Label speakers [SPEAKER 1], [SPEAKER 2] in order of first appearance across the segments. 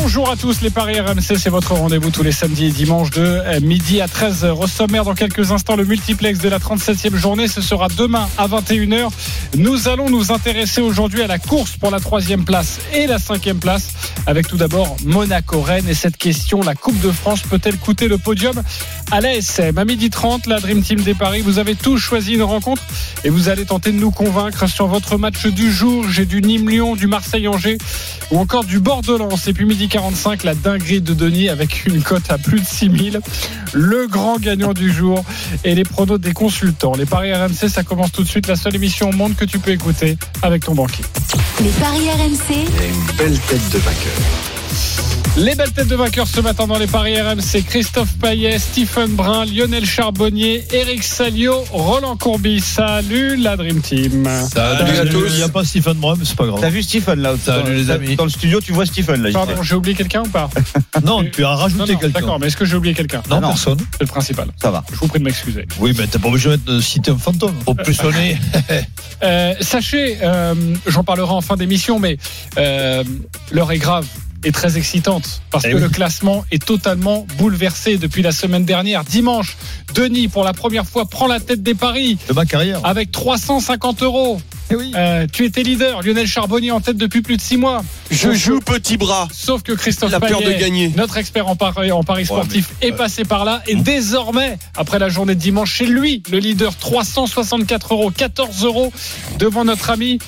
[SPEAKER 1] Bonjour à tous, les Paris RMC, c'est votre rendez-vous tous les samedis et dimanches de euh, midi à 13h. Au sommaire, dans quelques instants, le multiplex de la 37e journée, ce sera demain à 21h. Nous allons nous intéresser aujourd'hui à la course pour la troisième place et la cinquième place, avec tout d'abord Monaco-Rennes et cette question, la Coupe de France peut-elle coûter le podium à l'ASM À midi 30, la Dream Team des Paris, vous avez tous choisi une rencontre et vous allez tenter de nous convaincre sur votre match du jour. J'ai du Nîmes-Lyon, du Marseille-Angers ou encore du Bordeaux-Lens. Et puis midi 45, la dinguerie de Denis avec une cote à plus de 6000. Le grand gagnant du jour et les pronos des consultants. Les Paris RMC, ça commence tout de suite. La seule émission au monde que tu peux écouter avec ton banquier.
[SPEAKER 2] Les Paris RMC,
[SPEAKER 3] une belle tête de vainqueur.
[SPEAKER 1] Les belles têtes de vainqueurs ce matin dans les Paris RMC, Christophe Payet, Stephen Brun, Lionel Charbonnier, Eric Salio, Roland Courbis. Salut la Dream Team.
[SPEAKER 4] Salut, à tous.
[SPEAKER 5] Il n'y a pas Stephen Brun, mais c'est pas
[SPEAKER 3] T'as
[SPEAKER 5] grave.
[SPEAKER 3] vu Stephen là
[SPEAKER 4] Salut,
[SPEAKER 3] dans-
[SPEAKER 4] les
[SPEAKER 3] dans-
[SPEAKER 4] amis.
[SPEAKER 3] Dans le studio, tu vois Stephen là. il
[SPEAKER 1] Pardon,
[SPEAKER 3] fait.
[SPEAKER 1] j'ai oublié quelqu'un ou pas
[SPEAKER 5] Non, tu as
[SPEAKER 1] Non,
[SPEAKER 5] rajouté
[SPEAKER 1] non,
[SPEAKER 5] quelqu'un.
[SPEAKER 1] d'accord, mais est-ce que j'ai oublié quelqu'un
[SPEAKER 5] Non,
[SPEAKER 3] Ah, non.
[SPEAKER 5] personne.
[SPEAKER 1] C'est le principal.
[SPEAKER 3] Ça va.
[SPEAKER 1] Je vous prie de m'excuser.
[SPEAKER 5] Oui, mais t'es pas obligé de citer un fantôme.
[SPEAKER 4] Au plus on est.
[SPEAKER 1] Euh, sachez, euh, j'en parlerai en fin d'émission, mais euh, l'heure est grave et très excitante parce
[SPEAKER 5] Eh
[SPEAKER 1] que
[SPEAKER 5] oui.
[SPEAKER 1] le classement est totalement bouleversé depuis la semaine dernière. Dimanche, Denis, pour la première fois, prend la tête des paris
[SPEAKER 5] De ma carrière.
[SPEAKER 1] avec 350 euros.
[SPEAKER 5] Eh oui.
[SPEAKER 1] Euh, tu étais leader, Lionel Charbonnier en tête depuis plus de 6 mois.
[SPEAKER 6] Je joue petit bras.
[SPEAKER 1] Sauf que Christophe
[SPEAKER 6] La peur
[SPEAKER 1] Payet,
[SPEAKER 6] de gagner.
[SPEAKER 1] notre expert en paris, en paris sportif, est passé par là. Et désormais, après la journée de dimanche, chez lui, le leader, 364 euros, 14 euros devant notre ami.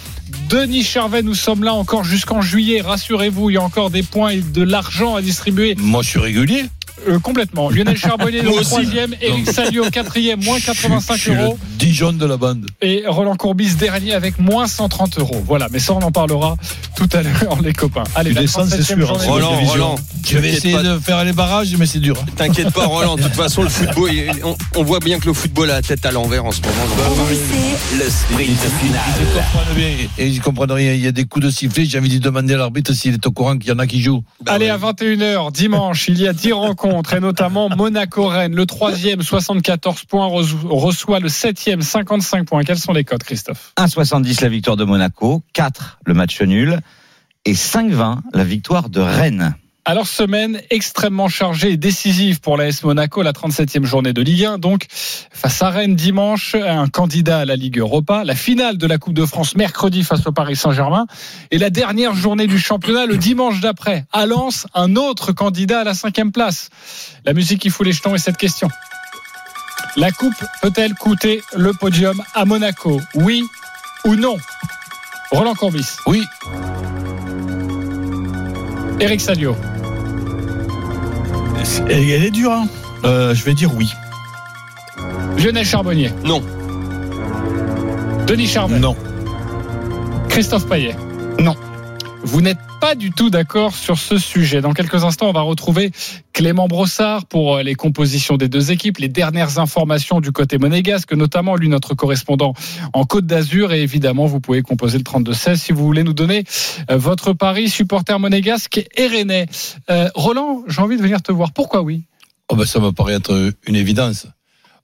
[SPEAKER 1] Denis Charvet, nous sommes là encore jusqu'en juillet. Rassurez-vous, il y a encore des points et de l'argent à distribuer
[SPEAKER 4] Moi, je suis régulier.
[SPEAKER 1] Euh, complètement. Lionel Charbonnier,
[SPEAKER 4] Moi
[SPEAKER 1] donc
[SPEAKER 4] aussi.
[SPEAKER 1] troisième, Eric Salio, quatrième, moins
[SPEAKER 4] Je
[SPEAKER 1] 85
[SPEAKER 4] suis le
[SPEAKER 1] euros.
[SPEAKER 4] Dijon de la bande.
[SPEAKER 1] Et Roland Courbis, dernier, avec moins 130 euros. Voilà, mais ça, on en parlera tout à l'heure, les copains. Allez,
[SPEAKER 5] Tu
[SPEAKER 1] la
[SPEAKER 5] descends, c'est
[SPEAKER 1] 37e
[SPEAKER 5] sûr. hein.
[SPEAKER 4] hein,
[SPEAKER 1] journée.
[SPEAKER 5] Roland,
[SPEAKER 6] Roland,
[SPEAKER 5] Télévision.
[SPEAKER 6] Roland,
[SPEAKER 4] Je vais essayer
[SPEAKER 6] pas.
[SPEAKER 4] de faire les barrages, mais c'est dur. hein.
[SPEAKER 6] T'inquiète pas, Roland. De toute façon, le football, il- on, on voit bien que le football a la tête à l'envers en ce moment. donc-
[SPEAKER 2] RMC,
[SPEAKER 7] Le sprint
[SPEAKER 4] Ils
[SPEAKER 7] final.
[SPEAKER 4] comprennent bien. Et ils comprennent rien. Il y a des coups de sifflet. J'ai envie de demander à l'arbitre s'il est au courant qu'il y en a qui jouent.
[SPEAKER 6] Bah
[SPEAKER 1] Allez,
[SPEAKER 6] ouais.
[SPEAKER 1] à 21h, dimanche, il y a 10 rencontres, et notamment Monaco-Rennes. Le troisième, 74 points, reço- reçoit le septième, 55 points. Quels sont les codes, Christophe
[SPEAKER 8] 1,70 la victoire de Monaco, 4 le match nul et 5,20 la victoire de Rennes.
[SPEAKER 1] Alors, semaine extrêmement chargée et décisive pour l'AS Monaco, la 37e journée de Ligue 1. Donc, face à Rennes dimanche, un candidat à la Ligue Europa, la finale de la Coupe de France mercredi face au Paris Saint-Germain, et la dernière journée du championnat le dimanche d'après. À Lens, un autre candidat à la cinquième place. La musique qui fout les jetons est cette question. La coupe peut-elle coûter le podium à Monaco Oui ou non Roland Courbis.
[SPEAKER 4] Oui.
[SPEAKER 1] Eric Salio.
[SPEAKER 5] Et elle est dure, hein. Euh, je vais dire oui.
[SPEAKER 1] Lionel Charbonnier.
[SPEAKER 6] Non.
[SPEAKER 1] Denis Charbonnier.
[SPEAKER 5] Non.
[SPEAKER 1] Christophe Payet.
[SPEAKER 8] Non.
[SPEAKER 1] Vous n'êtes pas du tout d'accord sur ce sujet. Dans quelques instants, on va retrouver Clément Brossard pour euh, les compositions des deux équipes, les dernières informations du côté monégasque, notamment lui, notre correspondant en Côte d'Azur. Et évidemment, vous pouvez composer le 32-16 si vous voulez nous donner euh, votre pari supporter monégasque et rennais. Euh, Roland, j'ai envie de venir te voir. Pourquoi oui
[SPEAKER 4] Oh ben, ça me paraît être une évidence.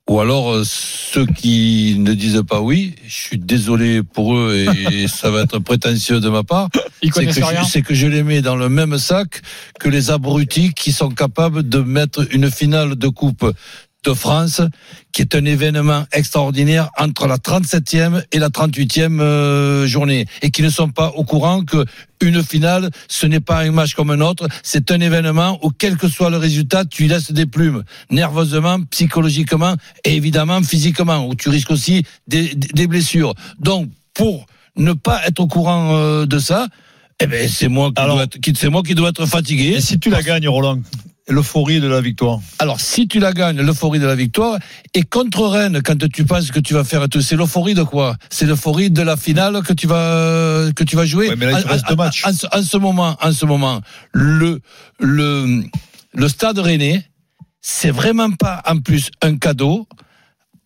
[SPEAKER 4] Ou alors, euh, ceux qui ne disent pas oui, je suis désolé pour eux et ça va être prétentieux de ma part.
[SPEAKER 1] Il
[SPEAKER 4] C'est que,
[SPEAKER 1] connaissent rien.
[SPEAKER 4] je, c'est que je les mets dans le même sac que les abrutis qui sont capables de mettre une finale de Coupe de France, qui est un événement extraordinaire entre la 37e et la 38e euh, journée, et qui ne sont pas au courant que une finale, ce n'est pas un match comme un autre, c'est un événement où quel que soit le résultat, tu y laisses des plumes, nerveusement, psychologiquement et évidemment physiquement, où tu risques aussi des, des- des blessures. Donc, pour ne pas être au courant euh, de ça, eh ben, c'est moi qui
[SPEAKER 5] Alors-
[SPEAKER 4] dois être, qui- c'est moi qui dois être fatigué.
[SPEAKER 5] Et si tu la gagnes, Roland L'euphorie de la victoire.
[SPEAKER 4] Alors, si tu la gagnes, l'euphorie de la victoire, et contre Rennes, quand tu penses que tu vas faire tout, c'est l'euphorie de quoi C'est l'euphorie de la finale que tu vas que tu vas jouer.
[SPEAKER 5] Ouais, mais là, il te
[SPEAKER 4] En-
[SPEAKER 5] reste
[SPEAKER 4] en-
[SPEAKER 5] deux matchs.
[SPEAKER 4] En, ce- en ce moment, en ce moment, le le le Stade Rennais, c'est vraiment pas en plus un cadeau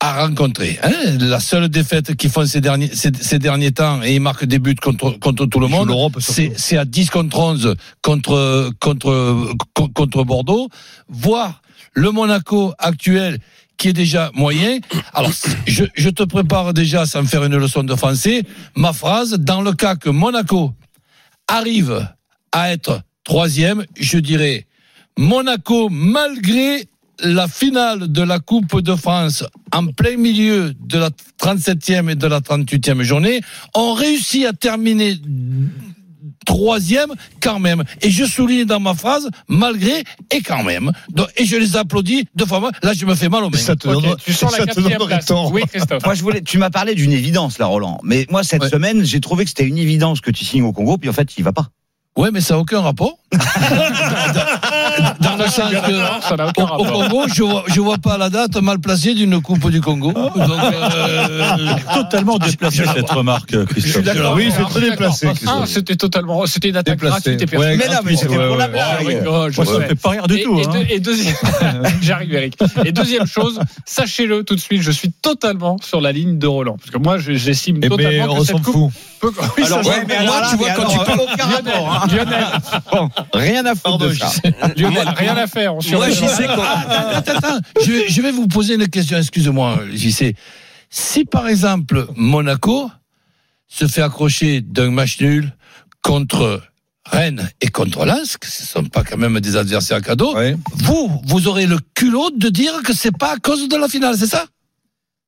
[SPEAKER 4] à rencontrer. hein. la seule défaite qu'ils font ces derniers ces, ces derniers temps, et ils marquent des buts contre contre tout le
[SPEAKER 5] Sur
[SPEAKER 4] monde.
[SPEAKER 5] l'Europe, surtout.
[SPEAKER 4] C'est c'est à 10 contre 11 contre contre contre Bordeaux. Voir le Monaco actuel qui est déjà moyen. Alors, je, je te prépare déjà, sans faire une leçon de français, ma phrase, dans le cas que Monaco arrive à être troisième, je dirais Monaco, malgré la finale de la Coupe de France en plein milieu de la 37e et de la 38e journée, ont réussi à terminer troisième quand même. Et je souligne dans ma phrase, malgré et quand même. Donc, et je les applaudis de forme. Là, je me fais mal au mains.
[SPEAKER 5] Ça te
[SPEAKER 1] Ok,
[SPEAKER 5] donne-
[SPEAKER 1] tu sens la
[SPEAKER 5] ça te
[SPEAKER 1] quatrième
[SPEAKER 5] donnerait
[SPEAKER 1] place.
[SPEAKER 5] tort.
[SPEAKER 1] Oui, Christophe.
[SPEAKER 8] Moi, je voulais. Tu m'as parlé d'une évidence, là, Roland. Mais moi, cette
[SPEAKER 4] Ouais.
[SPEAKER 8] semaine, j'ai trouvé que c'était une évidence que tu signes au Congo, puis en fait, il va pas.
[SPEAKER 4] Ouais, mais ça n'a aucun rapport. dans le sens que.
[SPEAKER 1] Ah, Ça n'a
[SPEAKER 4] Au,
[SPEAKER 1] aucun
[SPEAKER 4] au
[SPEAKER 1] rapport.
[SPEAKER 4] Congo, je vois, je vois pas la date mal placée d'une Coupe du Congo. Donc, euh,
[SPEAKER 5] Totalement déplacé cette remarque, Christophe.
[SPEAKER 4] d'accord.
[SPEAKER 5] Oui, c'est très déplacé.
[SPEAKER 1] Ah,
[SPEAKER 5] Christophe.
[SPEAKER 1] c'était totalement. C'était une attaque
[SPEAKER 5] Déplacé.
[SPEAKER 1] gratuite et
[SPEAKER 5] Ouais,
[SPEAKER 1] personnelle.
[SPEAKER 8] Mais non, mais c'était
[SPEAKER 5] ouais,
[SPEAKER 8] pour la
[SPEAKER 5] ouais.
[SPEAKER 8] blague.
[SPEAKER 1] Ah oui, je
[SPEAKER 5] Moi, ça
[SPEAKER 1] sais.
[SPEAKER 5] me fait pas rire du
[SPEAKER 1] et,
[SPEAKER 5] tout.
[SPEAKER 1] et
[SPEAKER 5] hein.
[SPEAKER 1] deux- et deuxième, j'arrive Eric. Et deuxième chose, sachez-le tout de suite, je suis totalement sur la ligne de Roland, parce que moi, je- j'estime
[SPEAKER 5] Eh ben,
[SPEAKER 1] totalement que
[SPEAKER 5] on s'en
[SPEAKER 1] cette
[SPEAKER 5] fout.
[SPEAKER 1] coupe peut. Oui, ça,
[SPEAKER 6] Alors,
[SPEAKER 1] ça-
[SPEAKER 6] ouais, mais moi, tu vois, quand tu parles.
[SPEAKER 1] Lionel, Lionel,
[SPEAKER 8] Rien à foutre de ça.
[SPEAKER 1] Lionel, rien à faire. On
[SPEAKER 6] Moi,
[SPEAKER 1] surveille.
[SPEAKER 6] j'y sais quand.
[SPEAKER 4] Ah, attends, attends, attends. Je, vais- je vais vous poser une question, excusez-moi, JC. Si par exemple Monaco se fait accrocher d'un match nul contre Rennes et contre Lens, que ce ne sont pas quand même des adversaires cadeaux,
[SPEAKER 5] Ouais.
[SPEAKER 4] vous, vous aurez le culot de dire que c'est pas à cause de la finale, c'est ça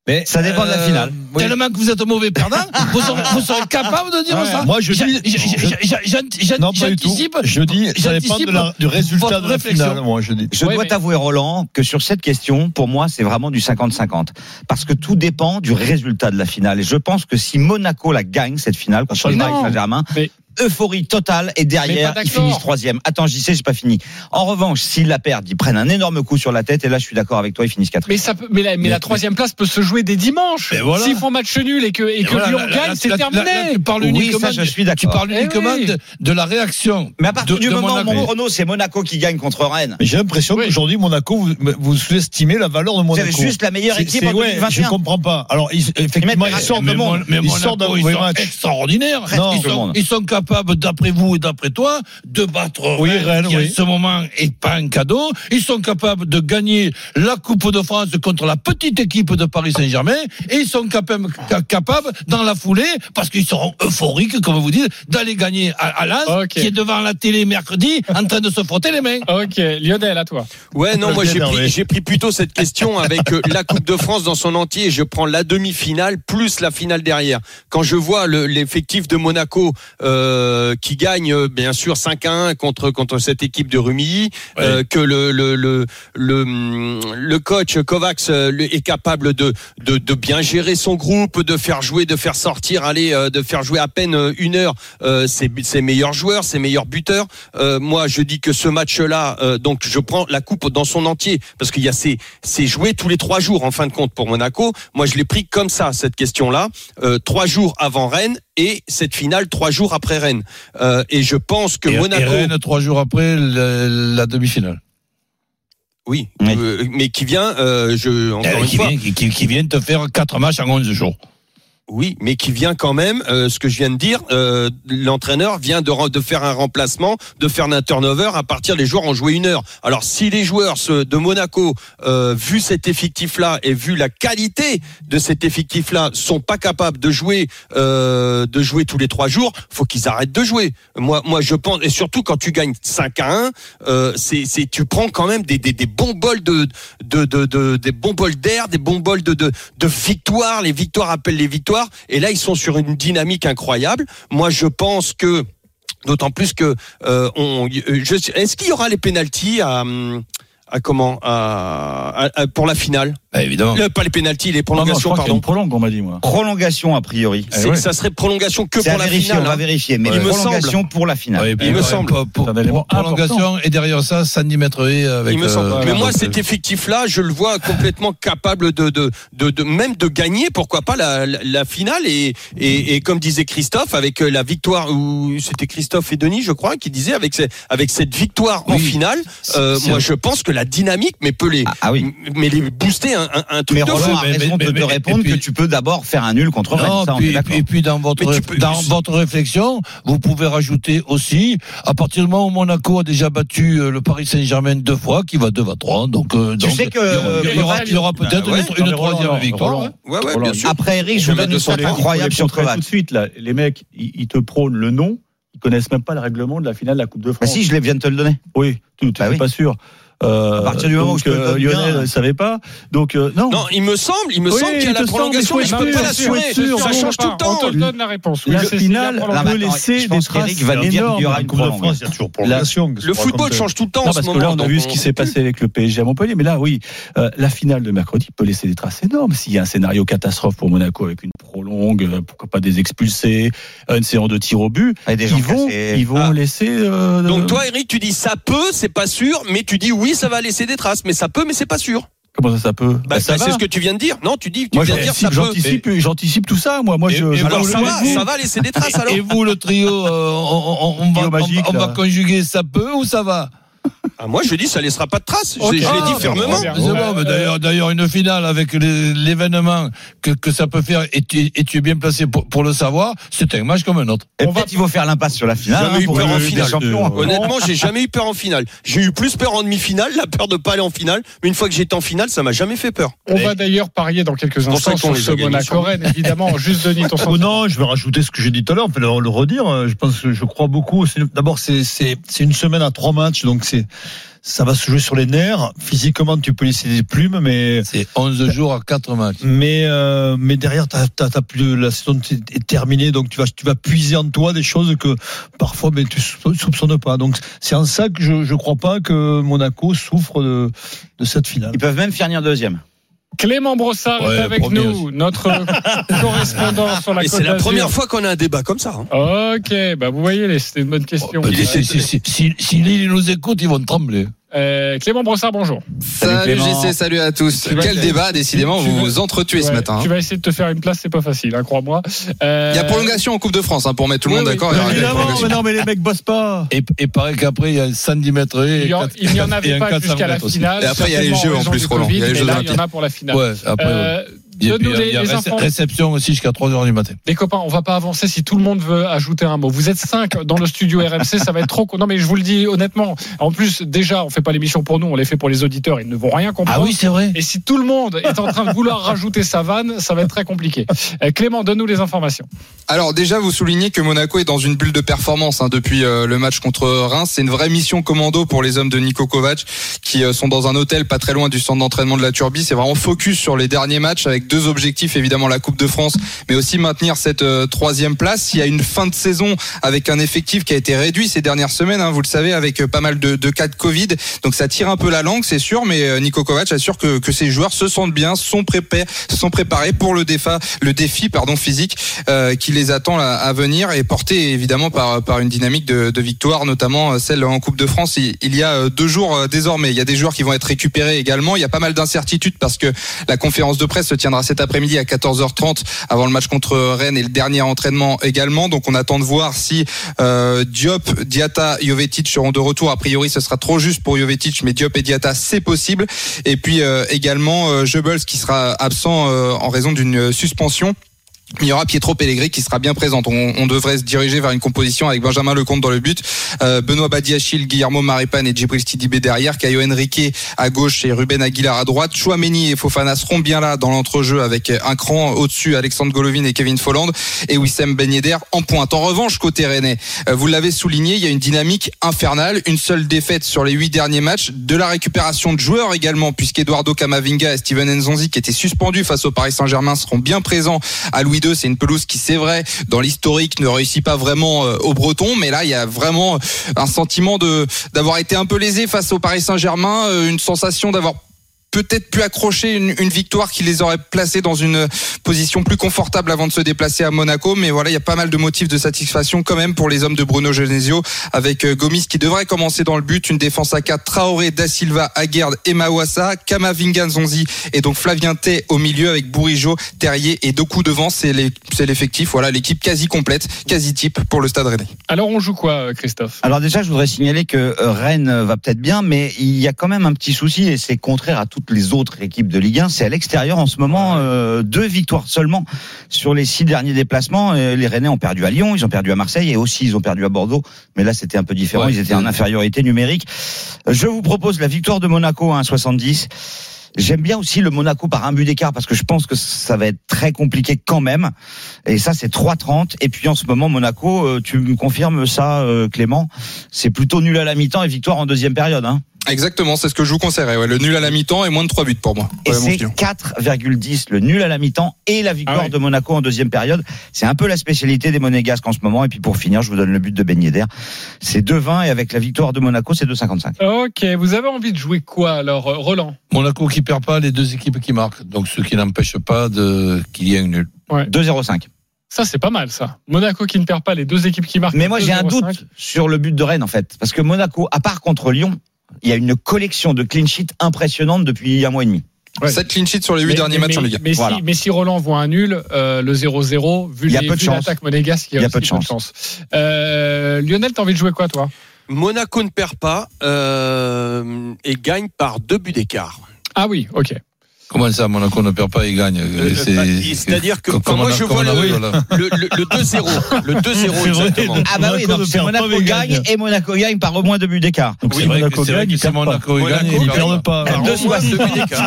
[SPEAKER 5] Mais
[SPEAKER 8] Ça dépend de
[SPEAKER 4] euh,
[SPEAKER 8] la finale.
[SPEAKER 4] Tellement que vous êtes mauvais perdant, vous, serez, vous serez capable de dire
[SPEAKER 5] Ouais.
[SPEAKER 4] ça
[SPEAKER 5] Moi, je
[SPEAKER 4] J'a-
[SPEAKER 5] dis-
[SPEAKER 4] j'a- j'a- j'a- j'a- j'a- j'a-
[SPEAKER 5] Non, pas du tout.
[SPEAKER 4] j'anticipe-
[SPEAKER 5] Je dis, ça dépend de la-
[SPEAKER 4] j'anticipe
[SPEAKER 5] du résultat
[SPEAKER 4] votre
[SPEAKER 5] de la
[SPEAKER 4] réflexion.
[SPEAKER 5] finale, moi, je dis.
[SPEAKER 8] Je
[SPEAKER 1] Ouais,
[SPEAKER 8] dois
[SPEAKER 1] mais-
[SPEAKER 8] t'avouer, Roland, que sur cette question, pour moi, c'est vraiment du 50-50. Parce que tout dépend du résultat de la finale. Et je pense que si Monaco la gagne, cette finale, contre le
[SPEAKER 1] Mais
[SPEAKER 8] Paris
[SPEAKER 1] non.
[SPEAKER 8] Saint-Germain,
[SPEAKER 1] Mais-
[SPEAKER 8] euphorie totale et derrière,
[SPEAKER 1] Mais pas
[SPEAKER 8] ils
[SPEAKER 1] d'accord.
[SPEAKER 8] finissent troisième. Attends, j'y sais, j'ai pas fini. En revanche, s'ils la perdent, ils prennent un énorme coup sur la tête. Et là, je suis d'accord avec toi, ils finissent quatrième.
[SPEAKER 1] Mais, ça peut, mais, la, mais la troisième place peut se jouer dès dimanche.
[SPEAKER 4] Mais voilà.
[SPEAKER 1] S'ils font match nul et que, et que
[SPEAKER 4] voilà,
[SPEAKER 1] Lyon
[SPEAKER 4] là, là,
[SPEAKER 1] gagne,
[SPEAKER 4] là,
[SPEAKER 1] c'est
[SPEAKER 4] là, là,
[SPEAKER 1] terminé.
[SPEAKER 4] là, tu parles
[SPEAKER 8] Oui,
[SPEAKER 4] uniquement
[SPEAKER 8] ça, je
[SPEAKER 4] de-
[SPEAKER 8] suis
[SPEAKER 4] Tu
[SPEAKER 8] d'accord.
[SPEAKER 4] parles
[SPEAKER 1] Eh
[SPEAKER 4] uniquement
[SPEAKER 1] oui.
[SPEAKER 4] de, de la réaction.
[SPEAKER 8] Mais à partir
[SPEAKER 4] de-
[SPEAKER 8] du
[SPEAKER 4] de
[SPEAKER 8] moment où
[SPEAKER 4] Monaco.
[SPEAKER 8] mon chrono, c'est Monaco qui gagne contre Rennes.
[SPEAKER 5] Mais J'ai l'impression
[SPEAKER 1] Oui.
[SPEAKER 5] qu'aujourd'hui, Monaco, vous, vous sous-estimez la valeur de Monaco.
[SPEAKER 8] C'est juste la meilleure
[SPEAKER 5] C'est-
[SPEAKER 8] équipe
[SPEAKER 5] c'est-
[SPEAKER 8] en
[SPEAKER 5] ouais, Je
[SPEAKER 8] 2021.
[SPEAKER 5] comprends pas. Alors, ils, effectivement,
[SPEAKER 8] mettent
[SPEAKER 5] ils sortent de
[SPEAKER 4] Mais
[SPEAKER 5] monde.
[SPEAKER 4] Mon- mais
[SPEAKER 5] Ils sortent d'un
[SPEAKER 4] Monaco, ils
[SPEAKER 5] mauvais
[SPEAKER 4] sont
[SPEAKER 5] match.
[SPEAKER 4] extraordinaires.
[SPEAKER 8] Non,
[SPEAKER 4] ils,
[SPEAKER 8] tout le
[SPEAKER 4] sont,
[SPEAKER 8] monde.
[SPEAKER 4] ils sont capables, d'après vous et d'après toi, de battre
[SPEAKER 5] Oui, Rennes,
[SPEAKER 4] qui
[SPEAKER 5] oui.
[SPEAKER 4] en ce moment est pas un cadeau. Ils sont capables de gagner la Coupe de France contre la petite équipe de Paris Saint-Germain. Et ils sont capables, ca- capables, dans la foulée, parce qu'ils seront euphoriques, comme vous dites, d'aller gagner à, à Lens,
[SPEAKER 1] Ok.
[SPEAKER 4] qui est devant la télé mercredi, en train de se frotter les mains.
[SPEAKER 1] Ok, Lionel, à toi.
[SPEAKER 6] Ouais, non, moi j'ai
[SPEAKER 5] Bien
[SPEAKER 6] pris,
[SPEAKER 5] énervé.
[SPEAKER 6] j'ai pris plutôt cette question avec euh, la Coupe de France dans son entier. Je prends la demi-finale plus la finale derrière. Quand je vois le- l'effectif de Monaco euh, qui gagne euh, bien sûr 5-1 contre contre cette équipe de Rumilly, euh, que le le, le le hum, le coach Kovacs euh, le- est capable de, de de bien gérer son groupe, de faire jouer, de faire sortir, aller, euh, de faire jouer à peine euh, une heure euh, ses, bu- ses meilleurs joueurs, ses meilleurs buteurs. Euh, moi, je dis que ce match-là, euh, donc je prends la coupe dans son entier parce qu'il y a ces c'est joué tous les trois jours en fin de compte pour Monaco. Moi, je l'ai pris comme ça cette question-là, euh, trois jours avant Rennes et cette finale trois jours après Rennes. Euh, et je pense que
[SPEAKER 4] et,
[SPEAKER 6] Monaco,
[SPEAKER 4] et Rennes, trois jours après, le- la demi-finale.
[SPEAKER 6] oui,
[SPEAKER 8] Oui.
[SPEAKER 6] euh, mais qui vient, euh, je encore
[SPEAKER 4] Euh,
[SPEAKER 6] une
[SPEAKER 4] qui,
[SPEAKER 6] fois,
[SPEAKER 4] vient, qui- qui- qui vient de faire quatre matchs en 11 jours.
[SPEAKER 6] Oui, mais qui vient quand même, euh, ce que je viens de dire, euh, l'entraîneur vient de, re- de faire un remplacement, de faire un turnover à partir des joueurs ont joué une heure. Alors si les joueurs ceux de Monaco, euh, vu cet effectif-là et vu la qualité de cet effectif-là, sont pas capables de jouer, euh, de jouer tous les trois jours, faut qu'ils arrêtent de jouer. Moi, moi je pense, et surtout quand tu gagnes 5 à 1, euh, c'est, c'est- tu prends quand même des, des, des bons bols de, de, de, de- des bons bols d'air, des bons bols de, de, de victoires. Les victoires appellent les victoires. Et là, ils sont sur une dynamique incroyable. Moi, je pense que, d'autant plus que, euh, on, je, est-ce qu'il y aura les pénalties à, hum, à comment, à, à- à- pour la finale
[SPEAKER 4] Bah, évidemment.
[SPEAKER 6] Euh, Pas les pénalties,
[SPEAKER 5] Non,
[SPEAKER 6] les
[SPEAKER 5] non, je
[SPEAKER 6] prolongations,
[SPEAKER 5] crois qu'il y a
[SPEAKER 6] pardon.
[SPEAKER 5] une prolongue, on m'a dit, moi.
[SPEAKER 8] Prolongation, a priori.
[SPEAKER 5] Eh
[SPEAKER 6] C'est- Ça serait prolongation que
[SPEAKER 8] C'est
[SPEAKER 6] pour
[SPEAKER 8] à
[SPEAKER 6] la
[SPEAKER 8] vérifier,
[SPEAKER 6] finale.
[SPEAKER 8] on va
[SPEAKER 6] hein.
[SPEAKER 8] vérifier. Mais
[SPEAKER 6] Il me
[SPEAKER 8] prolongation pour la finale.
[SPEAKER 4] Ouais,
[SPEAKER 6] me
[SPEAKER 4] ouais,
[SPEAKER 6] semble.
[SPEAKER 4] pour- pour-
[SPEAKER 5] C'est un élément
[SPEAKER 4] prolongation et derrière ça, 110 mètres et avec.
[SPEAKER 6] Il me semble.
[SPEAKER 4] euh,
[SPEAKER 6] Mais moi,
[SPEAKER 4] donc,
[SPEAKER 6] cet effectif-là, je le vois complètement capable de, de, de, de- même de gagner, pourquoi pas la, la- la finale. Et, et, et comme disait Christophe, avec euh, la victoire, ou c'était Christophe et Denis, je crois, qui disaient avec, ce- avec cette victoire en
[SPEAKER 4] Oui.
[SPEAKER 6] finale,
[SPEAKER 4] C'est-
[SPEAKER 6] euh,
[SPEAKER 4] c'est
[SPEAKER 6] moi,
[SPEAKER 4] un-
[SPEAKER 6] je pense que la dynamique, mais peut les,
[SPEAKER 8] Ah, ah oui.
[SPEAKER 6] mais les booster à un, un- un truc
[SPEAKER 8] Mais
[SPEAKER 6] de fou.
[SPEAKER 8] Roland a
[SPEAKER 4] mais-
[SPEAKER 8] raison
[SPEAKER 4] mais-
[SPEAKER 8] de
[SPEAKER 4] mais-
[SPEAKER 8] te
[SPEAKER 4] mais-
[SPEAKER 8] répondre
[SPEAKER 4] et puis-
[SPEAKER 8] que tu peux d'abord faire un nul contre
[SPEAKER 4] Non,
[SPEAKER 8] Rennes. Ça, on est
[SPEAKER 4] puis,
[SPEAKER 8] d'accord.
[SPEAKER 4] et puis dans votre
[SPEAKER 6] Mais tu peux-
[SPEAKER 4] dans votre réflexion, vous pouvez rajouter aussi à partir du moment où Monaco a déjà battu euh, le Paris Saint-Germain deux fois, qui va 2 à 3 donc euh,
[SPEAKER 8] Tu
[SPEAKER 4] donc,
[SPEAKER 8] sais que,
[SPEAKER 4] il y aura- il y aura,
[SPEAKER 8] Roland-
[SPEAKER 4] il y aura peut-être
[SPEAKER 6] ouais,
[SPEAKER 4] une, une troisième victoire. hein.
[SPEAKER 6] Ouais, ouais,
[SPEAKER 5] Roland,
[SPEAKER 6] bien
[SPEAKER 9] ah,
[SPEAKER 6] sûr.
[SPEAKER 8] Après Eric, je
[SPEAKER 6] Je
[SPEAKER 8] vous
[SPEAKER 6] mets
[SPEAKER 8] donne une
[SPEAKER 6] 200
[SPEAKER 8] sorte
[SPEAKER 6] les-
[SPEAKER 8] incroyable sur
[SPEAKER 9] Tout
[SPEAKER 8] Kovac.
[SPEAKER 9] de suite, là, les mecs, ils, ils te prônent le nom, ils connaissent même pas le règlement de la finale de la Coupe de
[SPEAKER 8] Bah
[SPEAKER 9] France.
[SPEAKER 8] si, je les viens de te le donner.
[SPEAKER 9] Oui, tu n'es
[SPEAKER 8] Bah oui.
[SPEAKER 9] pas sûr. Euh,
[SPEAKER 8] À partir du moment où
[SPEAKER 9] donc,
[SPEAKER 8] je te le
[SPEAKER 9] euh,
[SPEAKER 8] donne
[SPEAKER 9] Lionel
[SPEAKER 8] bien. hein.
[SPEAKER 9] ne savait pas. Donc euh, non.
[SPEAKER 6] Non, il me semble, il me
[SPEAKER 9] Oui,
[SPEAKER 6] semble qu'il y a
[SPEAKER 9] il
[SPEAKER 6] la
[SPEAKER 9] te semble,
[SPEAKER 6] prolongation,
[SPEAKER 9] mais
[SPEAKER 6] mais je peux
[SPEAKER 9] oui,
[SPEAKER 6] pas
[SPEAKER 9] bien sûr,
[SPEAKER 6] l'assurer.
[SPEAKER 9] bien sûr,
[SPEAKER 6] Ça
[SPEAKER 9] on
[SPEAKER 6] change tout le temps.
[SPEAKER 1] On te donne la réponse.
[SPEAKER 9] La
[SPEAKER 1] Oui, c'est-
[SPEAKER 9] finale,
[SPEAKER 1] c'est la
[SPEAKER 9] On
[SPEAKER 8] Là,
[SPEAKER 1] prolongation.
[SPEAKER 9] peut
[SPEAKER 8] maintenant,
[SPEAKER 9] laisser
[SPEAKER 8] je pense
[SPEAKER 9] des traces
[SPEAKER 8] qu'Eric va me dire
[SPEAKER 9] énormes
[SPEAKER 8] qu'il y aura une
[SPEAKER 9] dans la Coupe
[SPEAKER 8] prolongation.
[SPEAKER 9] de France.
[SPEAKER 5] Il y a toujours
[SPEAKER 6] Le football change tout le temps.
[SPEAKER 9] euh, Non,
[SPEAKER 6] en ce
[SPEAKER 9] parce que
[SPEAKER 6] moment,
[SPEAKER 9] là, on a
[SPEAKER 6] donc
[SPEAKER 9] vu
[SPEAKER 6] on-
[SPEAKER 9] ce qui s'est passé avec le PSG à Montpellier. Mais là, oui, euh, la finale de mercredi peut laisser des traces énormes. S'il y a un scénario catastrophe pour Monaco avec une prolongue, euh, pourquoi pas des expulsés, une séance de tir au but,
[SPEAKER 8] Et des gens
[SPEAKER 9] ils vont,
[SPEAKER 8] cassés.
[SPEAKER 9] ils vont
[SPEAKER 6] Ah.
[SPEAKER 9] laisser. euh,
[SPEAKER 1] Mhm.
[SPEAKER 6] Donc toi, Eric, tu dis ça peut, c'est pas sûr, mais tu dis oui, ça va laisser des traces, mais ça peut, mais c'est pas sûr.
[SPEAKER 9] Comment ça, ça peut
[SPEAKER 6] Bah,
[SPEAKER 9] ça
[SPEAKER 6] c'est
[SPEAKER 9] va.
[SPEAKER 6] ce que tu viens de dire. Non, tu dis, tu
[SPEAKER 9] Moi,
[SPEAKER 6] viens de dire ça
[SPEAKER 9] j'anticipe,
[SPEAKER 6] peut.
[SPEAKER 9] j'anticipe, j'anticipe tout ça. Moi, moi,
[SPEAKER 4] Et-
[SPEAKER 9] je.
[SPEAKER 4] et
[SPEAKER 9] je-
[SPEAKER 6] Alors
[SPEAKER 4] Alors,
[SPEAKER 6] ça
[SPEAKER 4] le
[SPEAKER 6] va,
[SPEAKER 4] mec-
[SPEAKER 6] ça va laisser des traces alors.
[SPEAKER 4] Et vous, le trio, euh, on, on- on va,
[SPEAKER 9] Trio magique,
[SPEAKER 4] on- on va
[SPEAKER 9] là.
[SPEAKER 4] conjuguer ça peut ou ça va
[SPEAKER 6] Ah, moi, je dis ça laissera pas de traces. Je-
[SPEAKER 1] Ok.
[SPEAKER 6] Je, l'ai
[SPEAKER 1] Ah,
[SPEAKER 6] dit fermement.
[SPEAKER 10] bah,
[SPEAKER 1] bien.
[SPEAKER 4] C'est bon,
[SPEAKER 1] Ouais,
[SPEAKER 4] mais
[SPEAKER 1] euh,
[SPEAKER 4] d'ailleurs, d'ailleurs, une finale avec les- l'événement que, que ça peut faire, et tu, et tu es bien placé pour, pour le savoir, c'est un match comme un autre.
[SPEAKER 8] Et
[SPEAKER 1] On va-
[SPEAKER 8] peut-être il faut faire l'impasse sur la
[SPEAKER 10] bah,
[SPEAKER 8] finale
[SPEAKER 6] Jamais
[SPEAKER 8] hein,
[SPEAKER 6] eu
[SPEAKER 8] pour
[SPEAKER 6] peur
[SPEAKER 8] la
[SPEAKER 6] en
[SPEAKER 8] Ligue des
[SPEAKER 6] finale.
[SPEAKER 10] hein.
[SPEAKER 8] Champions.
[SPEAKER 6] Honnêtement, j'ai jamais eu peur en finale. J'ai eu plus peur en demi-finale, la peur de pas aller en finale. Mais une fois que j'étais en finale, ça m'a jamais fait peur.
[SPEAKER 1] On va d'ailleurs parier dans quelques
[SPEAKER 6] pour
[SPEAKER 1] instants
[SPEAKER 6] ça qu'on
[SPEAKER 1] sur
[SPEAKER 6] les
[SPEAKER 1] ce
[SPEAKER 6] a gagnés,
[SPEAKER 1] Monaco-Rennes, évidemment. Juste Denis, ton
[SPEAKER 5] Oh
[SPEAKER 1] sentiment.
[SPEAKER 5] non, je vais rajouter ce que j'ai dit tout à l'heure, mais le, le redire. euh, Je pense que je crois beaucoup. C'est- D'abord, c'est- c'est c'est une semaine à trois matchs, donc c'est ça va se jouer sur les nerfs. Physiquement, tu peux laisser des plumes, mais
[SPEAKER 4] C'est 11 jours à 4 matchs.
[SPEAKER 5] mais euh, mais derrière, t'as t'as- t'as plus de- la saison est est terminée, donc tu vas tu vas puiser en toi des choses que parfois mais tu sou- soupçonnes pas. Donc c'est en ça que je je crois pas que Monaco souffre de de cette finale.
[SPEAKER 8] Ils peuvent même finir deuxième.
[SPEAKER 1] Clément Brossard
[SPEAKER 4] Ouais,
[SPEAKER 1] est avec
[SPEAKER 4] premier
[SPEAKER 1] nous, notre correspondant sur la
[SPEAKER 6] Et
[SPEAKER 1] Côte
[SPEAKER 6] c'est la
[SPEAKER 1] d'Azur.
[SPEAKER 6] première fois qu'on a un débat comme ça. hein.
[SPEAKER 1] Ok, bah vous voyez, les- c'était une bonne question.
[SPEAKER 4] Oh, si, si, si, si, si- si Lille nous écoute, ils vont trembler.
[SPEAKER 1] Euh, Clément Brossard, bonjour.
[SPEAKER 10] Salut GC, salut à tous.
[SPEAKER 1] Tu vas-
[SPEAKER 10] Quel débat, décidément,
[SPEAKER 1] tu- tu
[SPEAKER 10] vous
[SPEAKER 1] vas-
[SPEAKER 10] vous entretuez ce
[SPEAKER 1] Ouais,
[SPEAKER 10] matin.
[SPEAKER 1] Tu
[SPEAKER 10] hein.
[SPEAKER 1] vas essayer de te faire une place, c'est pas facile, hein, crois-moi. Euh,
[SPEAKER 10] Il y a prolongation en Coupe de France, hein, pour mettre tout le
[SPEAKER 1] oui,
[SPEAKER 10] monde
[SPEAKER 1] oui.
[SPEAKER 10] d'accord. il y aura une
[SPEAKER 9] Évidemment,
[SPEAKER 10] prolongation.
[SPEAKER 9] Oh, mais non, mais les mecs bossent pas.
[SPEAKER 4] Et, et pareil qu'après, il y a 110 mètres et
[SPEAKER 1] Il y en-
[SPEAKER 4] quatre-
[SPEAKER 1] il n'y en
[SPEAKER 4] et
[SPEAKER 1] avait
[SPEAKER 4] un
[SPEAKER 1] pas
[SPEAKER 4] 400
[SPEAKER 1] jusqu'à la
[SPEAKER 4] mètres aussi.
[SPEAKER 1] finale.
[SPEAKER 10] Et après, il y a les
[SPEAKER 1] certainement
[SPEAKER 10] Jeux en
[SPEAKER 1] raison
[SPEAKER 10] plus,
[SPEAKER 1] du
[SPEAKER 10] Roland.
[SPEAKER 1] Covid,
[SPEAKER 10] Il y a les
[SPEAKER 1] mais
[SPEAKER 10] Jeux
[SPEAKER 1] là, il y en
[SPEAKER 10] Olympiques.
[SPEAKER 1] a pour la finale.
[SPEAKER 4] Ouais, après, ouais.
[SPEAKER 1] Euh,
[SPEAKER 4] Et puis,
[SPEAKER 1] Donne-nous
[SPEAKER 4] il y a- il y
[SPEAKER 1] les,
[SPEAKER 4] a
[SPEAKER 1] les
[SPEAKER 4] réce-
[SPEAKER 1] infos.
[SPEAKER 4] réception aussi jusqu'à 3h du matin.
[SPEAKER 1] Les copains, on va pas avancer si tout le monde veut ajouter un mot. Vous êtes cinq dans le studio RMC, ça va être trop. con- Non, mais je vous le dis honnêtement. En plus, déjà, on fait pas l'émission pour nous, on les fait pour les auditeurs. Ils ne vont rien comprendre.
[SPEAKER 4] Ah oui, c'est vrai.
[SPEAKER 1] Et si tout le monde est en train de vouloir rajouter sa vanne, ça va être très compliqué. Euh, Clément, donne-nous les informations.
[SPEAKER 10] Alors déjà, vous soulignez que Monaco est dans une bulle de performance hein, depuis euh, le match contre Reims. C'est une vraie mission commando pour les hommes de Niko Kovac qui euh, sont dans un hôtel pas très loin du centre d'entraînement de la Turbie. C'est vraiment focus sur les derniers matchs avec deux objectifs, évidemment la Coupe de France, mais aussi maintenir cette euh, troisième place. Il y a une fin de saison avec un effectif qui a été réduit ces dernières semaines, hein, vous le savez, avec euh, pas mal de, de cas de Covid. Donc ça tire un peu la langue, c'est sûr, mais euh, Niko Kovac assure que, que ses joueurs se sentent bien, sont, prépa- sont préparés pour le, défa, le défi pardon, physique euh, qui les attend là, à venir et porté évidemment par, par une dynamique de, de victoire, notamment euh, celle en Coupe de France il, il y a euh, deux jours euh, désormais. Il y a des joueurs qui vont être récupérés également. Il y a pas mal d'incertitudes parce que la conférence de presse se tiendra cet après-midi à 14h30 avant le match contre Rennes et le dernier entraînement également. Donc on attend de voir si euh, Diop, Diata, Jovetic seront de retour. A priori, ce sera trop juste pour Jovetic, mais Diop et Diata, c'est possible. Et puis euh, également euh, Goebbels qui sera absent euh, en raison d'une euh, suspension. Il y aura Pietro Pellegrini qui sera bien présent. On, on devrait se diriger vers une composition avec Benjamin Lecomte dans le but, euh, Benoît Badiachil, Guillermo Maripane et Djibril Sidibé derrière, Caio Henrique à gauche et Ruben Aguilar à droite. Chouameni et Fofana seront bien là dans l'entrejeu avec un cran au-dessus Alexandre Golovin et Kevin Folland et Wissem Ben Yedder en pointe. En revanche, côté Rennais, euh, vous l'avez souligné, il y a une dynamique infernale, une seule défaite sur les huit derniers matchs, de la récupération de joueurs également, puisqu'Eduardo Camavinga et Steven Nzonzi, qui étaient suspendus face au Paris Saint-Germain, seront bien présents à Louis II. C'est une pelouse qui, c'est vrai, dans l'historique, ne réussit pas vraiment euh, aux Bretons, mais là, il y a vraiment euh, un sentiment de d'avoir été un peu lésé face au Paris Saint-Germain, euh, une sensation d'avoir peut-être pu accrocher une, une victoire qui les aurait placés dans une position plus confortable avant de se déplacer à Monaco. Mais voilà, il y a pas mal de motifs de satisfaction quand même pour les hommes de Bruno Genesio avec euh, Gomis qui devrait commencer dans le but, une défense à 4, Traoré, Da Silva, Aguerd et Mawassa, Kamavinga, Zonzi et donc Flavien Tay au milieu avec Bourigeau, Terrier et Doku devant. C'est les- c'est l'effectif. Voilà, l'équipe quasi complète, quasi type pour le Stade Rennais.
[SPEAKER 1] Alors, on joue quoi, euh, Christophe
[SPEAKER 8] Alors déjà, je voudrais signaler que euh, Rennes euh, va peut-être bien, mais il y a quand même un petit souci et c'est contraire à tout toutes les autres équipes de Ligue 1, c'est à l'extérieur en ce moment. euh, deux victoires seulement sur les six derniers déplacements. Euh, Les Rennais ont perdu à Lyon, ils ont perdu à Marseille et aussi ils ont perdu à Bordeaux. Mais là, c'était un peu différent.
[SPEAKER 10] Ouais.
[SPEAKER 8] ils étaient en infériorité numérique. Euh, Je vous propose la victoire de Monaco à 1,70. J'aime bien aussi le Monaco par un but d'écart parce que je pense que ça va être très compliqué quand même. Et ça, c'est 3,30. Et puis en ce moment, Monaco, euh, tu me confirmes ça, euh, Clément C'est plutôt nul à la mi-temps et victoire en deuxième période. Hein.
[SPEAKER 10] Exactement, c'est ce que je vous conseillerais. ouais. Le nul à la mi-temps et moins de 3 buts pour moi.
[SPEAKER 8] Et
[SPEAKER 10] Ouais, mon
[SPEAKER 8] c'est
[SPEAKER 10] client.
[SPEAKER 8] 4,10 le nul à la mi-temps et la victoire
[SPEAKER 1] Ah oui.
[SPEAKER 8] de Monaco en deuxième période. C'est un peu la spécialité des Monégasques en ce moment. Et puis pour finir, je vous donne le but de Ben Yedder. C'est 2,20 et avec la victoire de Monaco, c'est 2,55.
[SPEAKER 1] Ok, vous avez envie de jouer quoi alors, euh, Roland
[SPEAKER 4] Monaco qui perd pas, les deux équipes qui marquent. Donc ce qui n'empêche pas de qu'il y ait un nul.
[SPEAKER 8] 2,05.
[SPEAKER 1] Ça, c'est pas mal, ça. Monaco qui ne perd pas les deux équipes qui marquent.
[SPEAKER 8] Mais moi, j'ai un
[SPEAKER 1] 2,05.
[SPEAKER 8] doute sur le but de Rennes en fait, parce que Monaco, à part contre Lyon, il y a une collection de clean sheets impressionnante depuis un mois et demi.
[SPEAKER 1] Ouais.
[SPEAKER 10] 7 clean sheets sur les 8
[SPEAKER 1] Mais-
[SPEAKER 10] derniers
[SPEAKER 1] mais-
[SPEAKER 10] matchs en
[SPEAKER 1] mais-
[SPEAKER 10] Ligue 1.
[SPEAKER 1] Mais,
[SPEAKER 8] Voilà.
[SPEAKER 1] si, mais si Roland voit un nul, euh, le 0-0, vu
[SPEAKER 8] Il y a
[SPEAKER 1] les-
[SPEAKER 8] peu de
[SPEAKER 1] vu
[SPEAKER 8] chance.
[SPEAKER 1] l'attaque monégasque, il y a, aussi peu de chance. Euh, Lionel, t'as envie de jouer quoi, toi
[SPEAKER 6] Monaco ne perd pas euh, et gagne par deux buts d'écart.
[SPEAKER 1] Ah oui, ok.
[SPEAKER 4] Comment ça, Monaco ne perd pas, il gagne
[SPEAKER 6] Euh, bah, C'est-à-dire que quand
[SPEAKER 4] Comme
[SPEAKER 6] moi
[SPEAKER 4] on a-
[SPEAKER 6] je
[SPEAKER 4] comme
[SPEAKER 6] vois
[SPEAKER 4] on a
[SPEAKER 6] le,
[SPEAKER 4] vu, voilà.
[SPEAKER 6] le, le- le 2-0, le 2-0 exactement.
[SPEAKER 8] Ah bah
[SPEAKER 5] Monaco
[SPEAKER 8] oui, donc
[SPEAKER 5] ne
[SPEAKER 8] c'est
[SPEAKER 5] perd pas,
[SPEAKER 8] Monaco
[SPEAKER 5] mais
[SPEAKER 8] gagne
[SPEAKER 5] gagne.
[SPEAKER 8] et Monaco gagne par au moins deux buts d'écart.
[SPEAKER 5] Donc si
[SPEAKER 4] Oui, c'est vrai que-
[SPEAKER 5] Monaco
[SPEAKER 4] c'est vrai
[SPEAKER 5] gagne,
[SPEAKER 4] que
[SPEAKER 5] il
[SPEAKER 4] c'est
[SPEAKER 5] perd pas.
[SPEAKER 4] Monaco, il
[SPEAKER 6] Monaco
[SPEAKER 4] gagne,
[SPEAKER 5] Ils
[SPEAKER 4] il perd
[SPEAKER 5] perdent pas.
[SPEAKER 8] Ah,
[SPEAKER 6] Par
[SPEAKER 8] deux
[SPEAKER 6] au moins
[SPEAKER 8] soixante.
[SPEAKER 6] deux buts d'écart.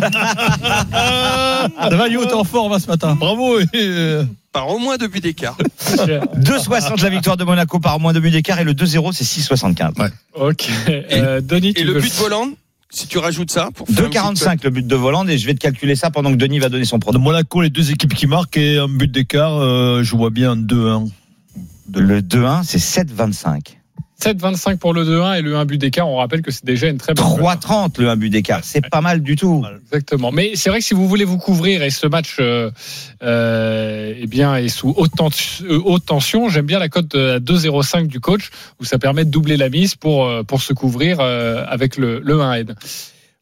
[SPEAKER 5] Ça va, Yo, t'es en forme hein, ce matin. Bravo. et, euh,
[SPEAKER 6] Par au moins deux buts d'écart.
[SPEAKER 8] 2,60 la victoire de Monaco par au moins deux buts d'écart et le 2-0 c'est 6,75.
[SPEAKER 1] Ok. Euh, Denis,
[SPEAKER 6] Et
[SPEAKER 1] tu
[SPEAKER 6] le
[SPEAKER 1] veux-
[SPEAKER 6] but volant, si tu rajoutes ça pour faire un petit peu-
[SPEAKER 8] 2,45 le but de Voland et je vais te calculer ça pendant que Denis va donner son
[SPEAKER 5] de
[SPEAKER 8] pronom.
[SPEAKER 5] Monaco, les deux équipes qui marquent et un but d'écart, euh, je vois bien un 2-1.
[SPEAKER 8] Le 2-1 c'est 7,25.
[SPEAKER 1] 7-25 pour le 2-1 et le 1 but d'écart, on rappelle que c'est déjà une très bonne. cote.
[SPEAKER 8] 3,30 le 1 but d'écart, c'est pas mal du tout.
[SPEAKER 1] Exactement. Mais c'est vrai que si vous voulez vous couvrir et ce match euh, euh, eh bien, est sous haute, tens- euh, haute tension, j'aime bien la cote de 2,05 du coach où ça permet de doubler la mise pour, euh, pour se couvrir euh, avec le, le 1N.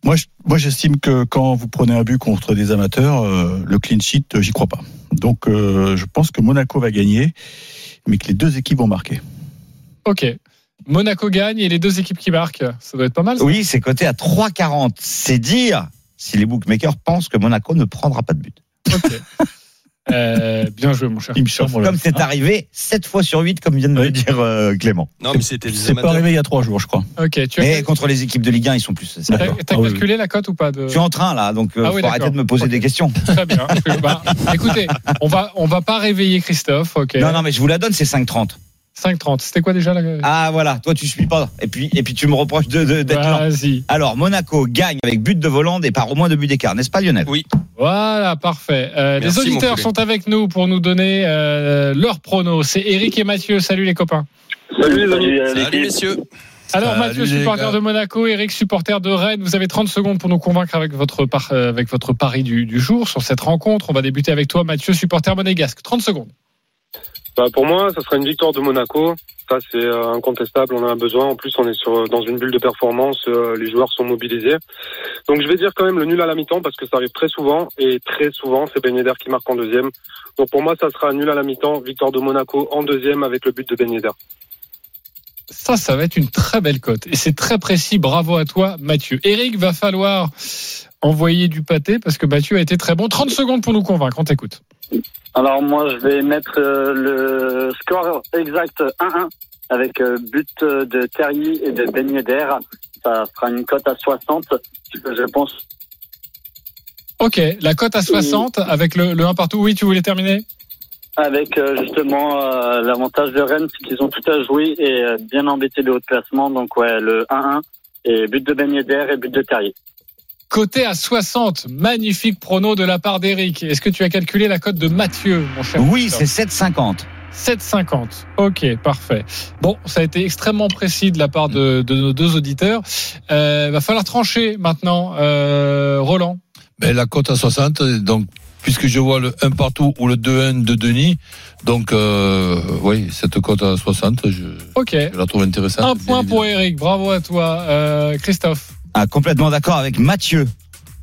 [SPEAKER 9] Moi, je- moi, j'estime que quand vous prenez un but contre des amateurs, euh, le clean sheet, euh, j'y crois pas. Donc, euh, je pense que Monaco va gagner, mais que les deux équipes vont marquer.
[SPEAKER 1] Ok. Monaco gagne et les deux équipes qui marquent. Ça doit être pas mal. ça.
[SPEAKER 8] Oui, c'est coté à 3,40. C'est dire si les bookmakers pensent que Monaco ne prendra pas de but.
[SPEAKER 1] Ok. Euh, bien joué, mon cher.
[SPEAKER 9] Il me
[SPEAKER 5] Oh
[SPEAKER 9] semble.
[SPEAKER 8] Comme c'est arrivé 7 fois sur 8 comme vient de le dire euh, Clément.
[SPEAKER 6] Non mais c'était des
[SPEAKER 9] C'est pas
[SPEAKER 6] amateurs.
[SPEAKER 9] arrivé il y a trois jours, je crois.
[SPEAKER 1] Ok. Tu as,
[SPEAKER 8] Mais contre les équipes de Ligue 1, ils sont plus.
[SPEAKER 1] t'as- t'as
[SPEAKER 9] Ah oui,
[SPEAKER 1] calculé la cote ou pas de...
[SPEAKER 8] Je suis en train là, donc euh,
[SPEAKER 1] Ah oui,
[SPEAKER 8] faut arrêter
[SPEAKER 1] d'accord.
[SPEAKER 8] de me poser des questions.
[SPEAKER 1] Très bien. Bah, écoutez, on va, on va pas réveiller Christophe. Ok.
[SPEAKER 8] Non, non, mais je vous la donne, c'est 5,30.
[SPEAKER 1] 5,30. C'était quoi déjà la.
[SPEAKER 8] Ah voilà, toi tu suis pas. Et puis, et puis tu me reproches de- de- d'être lent.
[SPEAKER 1] Vas-y.
[SPEAKER 8] Alors, Monaco gagne avec but de Volande et par au moins deux buts d'écart, n'est-ce pas Lionel
[SPEAKER 1] Voilà, parfait. Euh,
[SPEAKER 6] Merci,
[SPEAKER 1] les
[SPEAKER 6] mon
[SPEAKER 1] auditeurs
[SPEAKER 6] poulet.
[SPEAKER 1] sont avec nous pour nous donner euh, leur prono. C'est Eric et Mathieu. Salut les copains.
[SPEAKER 11] Salut,
[SPEAKER 6] Salut messieurs.
[SPEAKER 1] Alors
[SPEAKER 4] Salut,
[SPEAKER 1] Mathieu,
[SPEAKER 4] les
[SPEAKER 1] supporter
[SPEAKER 4] gars.
[SPEAKER 1] de Monaco, Eric, supporter de Rennes. Vous avez 30 secondes pour nous convaincre avec votre, par- euh, avec votre pari du, du jour sur cette rencontre. On va débuter avec toi, Mathieu, supporter monégasque. 30 secondes.
[SPEAKER 11] Bah, pour moi, ça sera une victoire de Monaco. Ça, c'est euh, incontestable. On en a besoin. En plus, on est sur, dans une bulle de performance. euh, les joueurs sont mobilisés. Donc, je vais dire quand même le nul à la mi-temps parce que ça arrive très souvent. Et très souvent, c'est Ben Yedder qui marque en deuxième. Donc, pour moi, ça sera nul à la mi-temps. Victoire de Monaco en deuxième avec le but de Ben Yedder.
[SPEAKER 1] Ça, ça va être une très belle cote. Et c'est très précis. Bravo à toi, Mathieu. Eric, va falloir envoyer du pâté parce que Mathieu a été très bon. 30 secondes pour nous convaincre. On t'écoute.
[SPEAKER 11] Alors, moi, je vais mettre euh, le score exact 1-1 avec euh, but de Terry et de Ben Yedder. Ça sera une cote à 60. Je pense
[SPEAKER 1] Ok, la cote à 60 avec le, le 1 partout. Oui, tu voulais terminer
[SPEAKER 11] Avec euh, justement euh, l'avantage de Rennes, c'est qu'ils ont tout à jouer et euh, bien embêté le haut de classement. Donc ouais, le 1-1 et but de Ben Yedder et but de Terrier.
[SPEAKER 1] Côté à 60, magnifique prono de la part d'Eric. Est-ce que tu as calculé la cote de Mathieu, mon cher
[SPEAKER 8] Oui, c'est
[SPEAKER 1] Christophe
[SPEAKER 8] 7,50.
[SPEAKER 1] 7,50. Ok, parfait. Bon, ça a été extrêmement précis de la part de, de nos deux auditeurs. Euh, va falloir trancher maintenant, euh, Roland.
[SPEAKER 4] Ben, la cote à 60, donc, puisque je vois le 1 partout ou le 2-1 de Denis, donc, euh, oui, cette cote à 60, je,
[SPEAKER 1] Ok,
[SPEAKER 4] je la trouve intéressante.
[SPEAKER 1] un
[SPEAKER 4] bien
[SPEAKER 1] point pour
[SPEAKER 4] évidemment.
[SPEAKER 1] Eric. Bravo à toi, Euh, Christophe.
[SPEAKER 8] Ah, complètement d'accord avec Mathieu.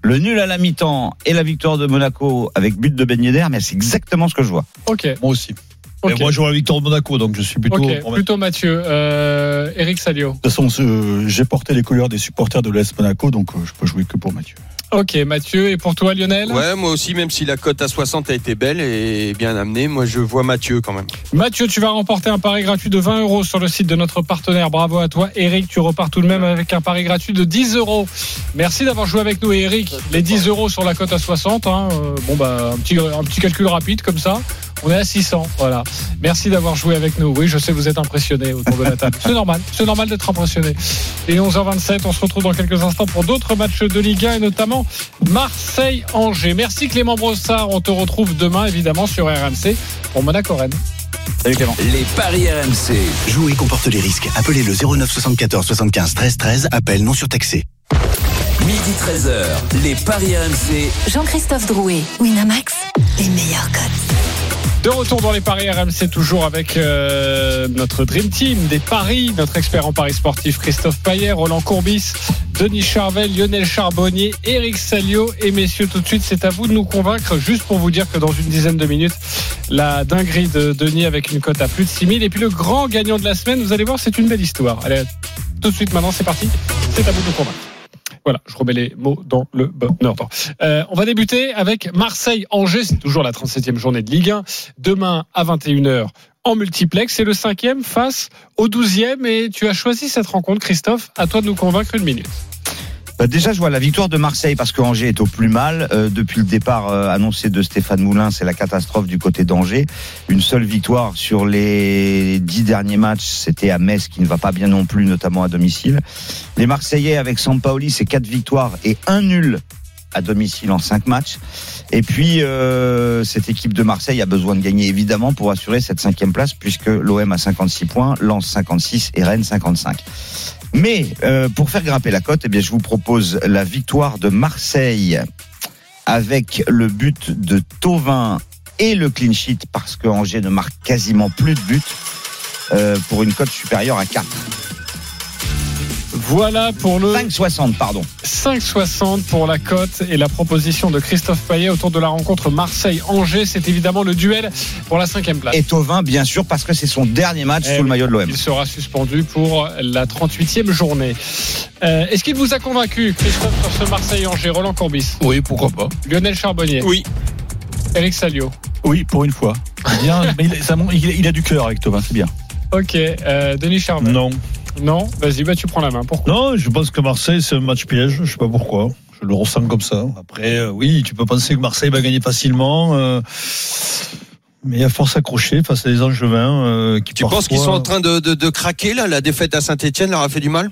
[SPEAKER 8] Le nul à la mi-temps et la victoire de Monaco avec but de Ben Yedder, mais c'est exactement ce que je vois.
[SPEAKER 1] Ok.
[SPEAKER 5] Moi aussi.
[SPEAKER 1] Ok.
[SPEAKER 5] Et moi, je vois la victoire de Monaco, donc je suis plutôt.
[SPEAKER 1] Ok,
[SPEAKER 5] pour mettre-
[SPEAKER 1] plutôt Mathieu. Euh, Eric Salio.
[SPEAKER 9] De toute façon, euh, j'ai porté les couleurs des supporters de l'AS Monaco, donc euh, je peux jouer que pour Mathieu.
[SPEAKER 1] Ok, Mathieu, et pour toi, Lionel
[SPEAKER 6] Ouais, moi aussi, même si la cote à 60 a été belle et bien amenée, moi je vois Mathieu quand même.
[SPEAKER 1] Mathieu, tu vas remporter un pari gratuit de 20 euros sur le site de notre partenaire. Bravo à toi, Eric. Tu repars tout de même avec un pari gratuit de 10 euros. Merci d'avoir joué avec nous, Eric. Les 10 euros sur la cote à 60, hein, euh, bon bah un petit, un petit calcul rapide comme ça. On est à 600, voilà. Merci d'avoir joué avec nous. Oui, je sais, vous êtes impressionnés autour de la table. C'est normal, c'est normal d'être impressionné. Et 11h27, on se retrouve dans quelques instants pour d'autres matchs de Ligue 1 et notamment Marseille-Angers. Merci Clément Brossard, on te retrouve demain évidemment sur RMC pour Monaco-Rennes.
[SPEAKER 8] Salut Clément.
[SPEAKER 7] Les paris RMC.
[SPEAKER 12] Jouer comporte les risques. Appelez le 09 74 75 13 13. Appel non surtaxé.
[SPEAKER 7] Midi 13h, les paris RMC.
[SPEAKER 2] Jean-Christophe Drouet, Winamax, les meilleurs codes.
[SPEAKER 1] De retour dans les paris RMC, toujours avec euh, notre Dream Team des paris, notre expert en paris sportif Christophe Paillet, Roland Courbis, Denis Charvel, Lionel Charbonnier, Eric Salio. Et messieurs, tout de suite, c'est à vous de nous convaincre, juste pour vous dire que dans une dizaine de minutes, la dinguerie de Denis avec une cote à plus de 6000. Et puis le grand gagnant de la semaine, vous allez voir, c'est une belle histoire. Allez, tout de suite, maintenant, c'est parti. C'est à vous de nous convaincre. Voilà, je remets les mots dans le bon ordre. Euh, on va débuter avec Marseille-Angers, c'est toujours la 37e journée de Ligue 1. Demain à 21h en multiplex, c'est le cinquième face au 12e. Et tu as choisi cette rencontre, Christophe. À toi de nous convaincre une minute.
[SPEAKER 8] Bah, Déjà, je vois la victoire de Marseille parce que Angers est au plus mal. Euh, depuis le départ euh, annoncé de Stéphane Moulin, c'est la catastrophe du côté d'Angers. Une seule victoire sur les dix derniers matchs, c'était à Metz qui ne va pas bien non plus, notamment à domicile. Les Marseillais avec Sampaoli, c'est quatre victoires et un nul à domicile en cinq matchs. Et puis, euh, cette équipe de Marseille a besoin de gagner évidemment pour assurer cette cinquième place puisque l'OM a 56 points, Lens 56 et Rennes 55. Mais euh, pour faire grimper la cote, eh bien, je vous propose la victoire de Marseille avec le but de Tovin et le clean sheet parce que Angers ne marque quasiment plus de buts euh, pour une cote supérieure à 4.
[SPEAKER 1] Voilà pour le
[SPEAKER 8] 5,60, pardon.
[SPEAKER 1] 5,60 pour la cote et la proposition de Christophe Payet autour de la rencontre Marseille-Angers. C'est évidemment le duel pour la cinquième place.
[SPEAKER 8] Et Tovin, bien sûr, parce que c'est son dernier match
[SPEAKER 1] Eh
[SPEAKER 8] sous le
[SPEAKER 1] oui,
[SPEAKER 8] maillot de l'OM.
[SPEAKER 1] Il sera suspendu pour la 38e journée. Euh, Est-ce qu'il vous a convaincu, Christophe, sur ce Marseille-Angers Roland Courbis,
[SPEAKER 4] Oui, pourquoi pas.
[SPEAKER 1] Lionel Charbonnier,
[SPEAKER 6] Oui.
[SPEAKER 1] Eric Salio
[SPEAKER 9] Oui, pour une fois. Bien, mais il, ça mon- il- il a du cœur avec Thomas, c'est bien.
[SPEAKER 1] Ok, euh, Denis Charbonnier
[SPEAKER 5] Non.
[SPEAKER 1] Non Vas-y, bah, tu prends la main. Pourquoi
[SPEAKER 5] Non, je pense que Marseille, c'est un match piège. Je sais pas pourquoi. Je le ressens comme ça. Après, euh, oui, tu peux penser que Marseille va gagner facilement. euh, mais à force accrochée face à des Angevins euh, qui
[SPEAKER 6] Tu penses qu'ils sont
[SPEAKER 5] parfois-
[SPEAKER 6] en train de, de- de craquer là La défaite à Saint-Etienne leur a fait du mal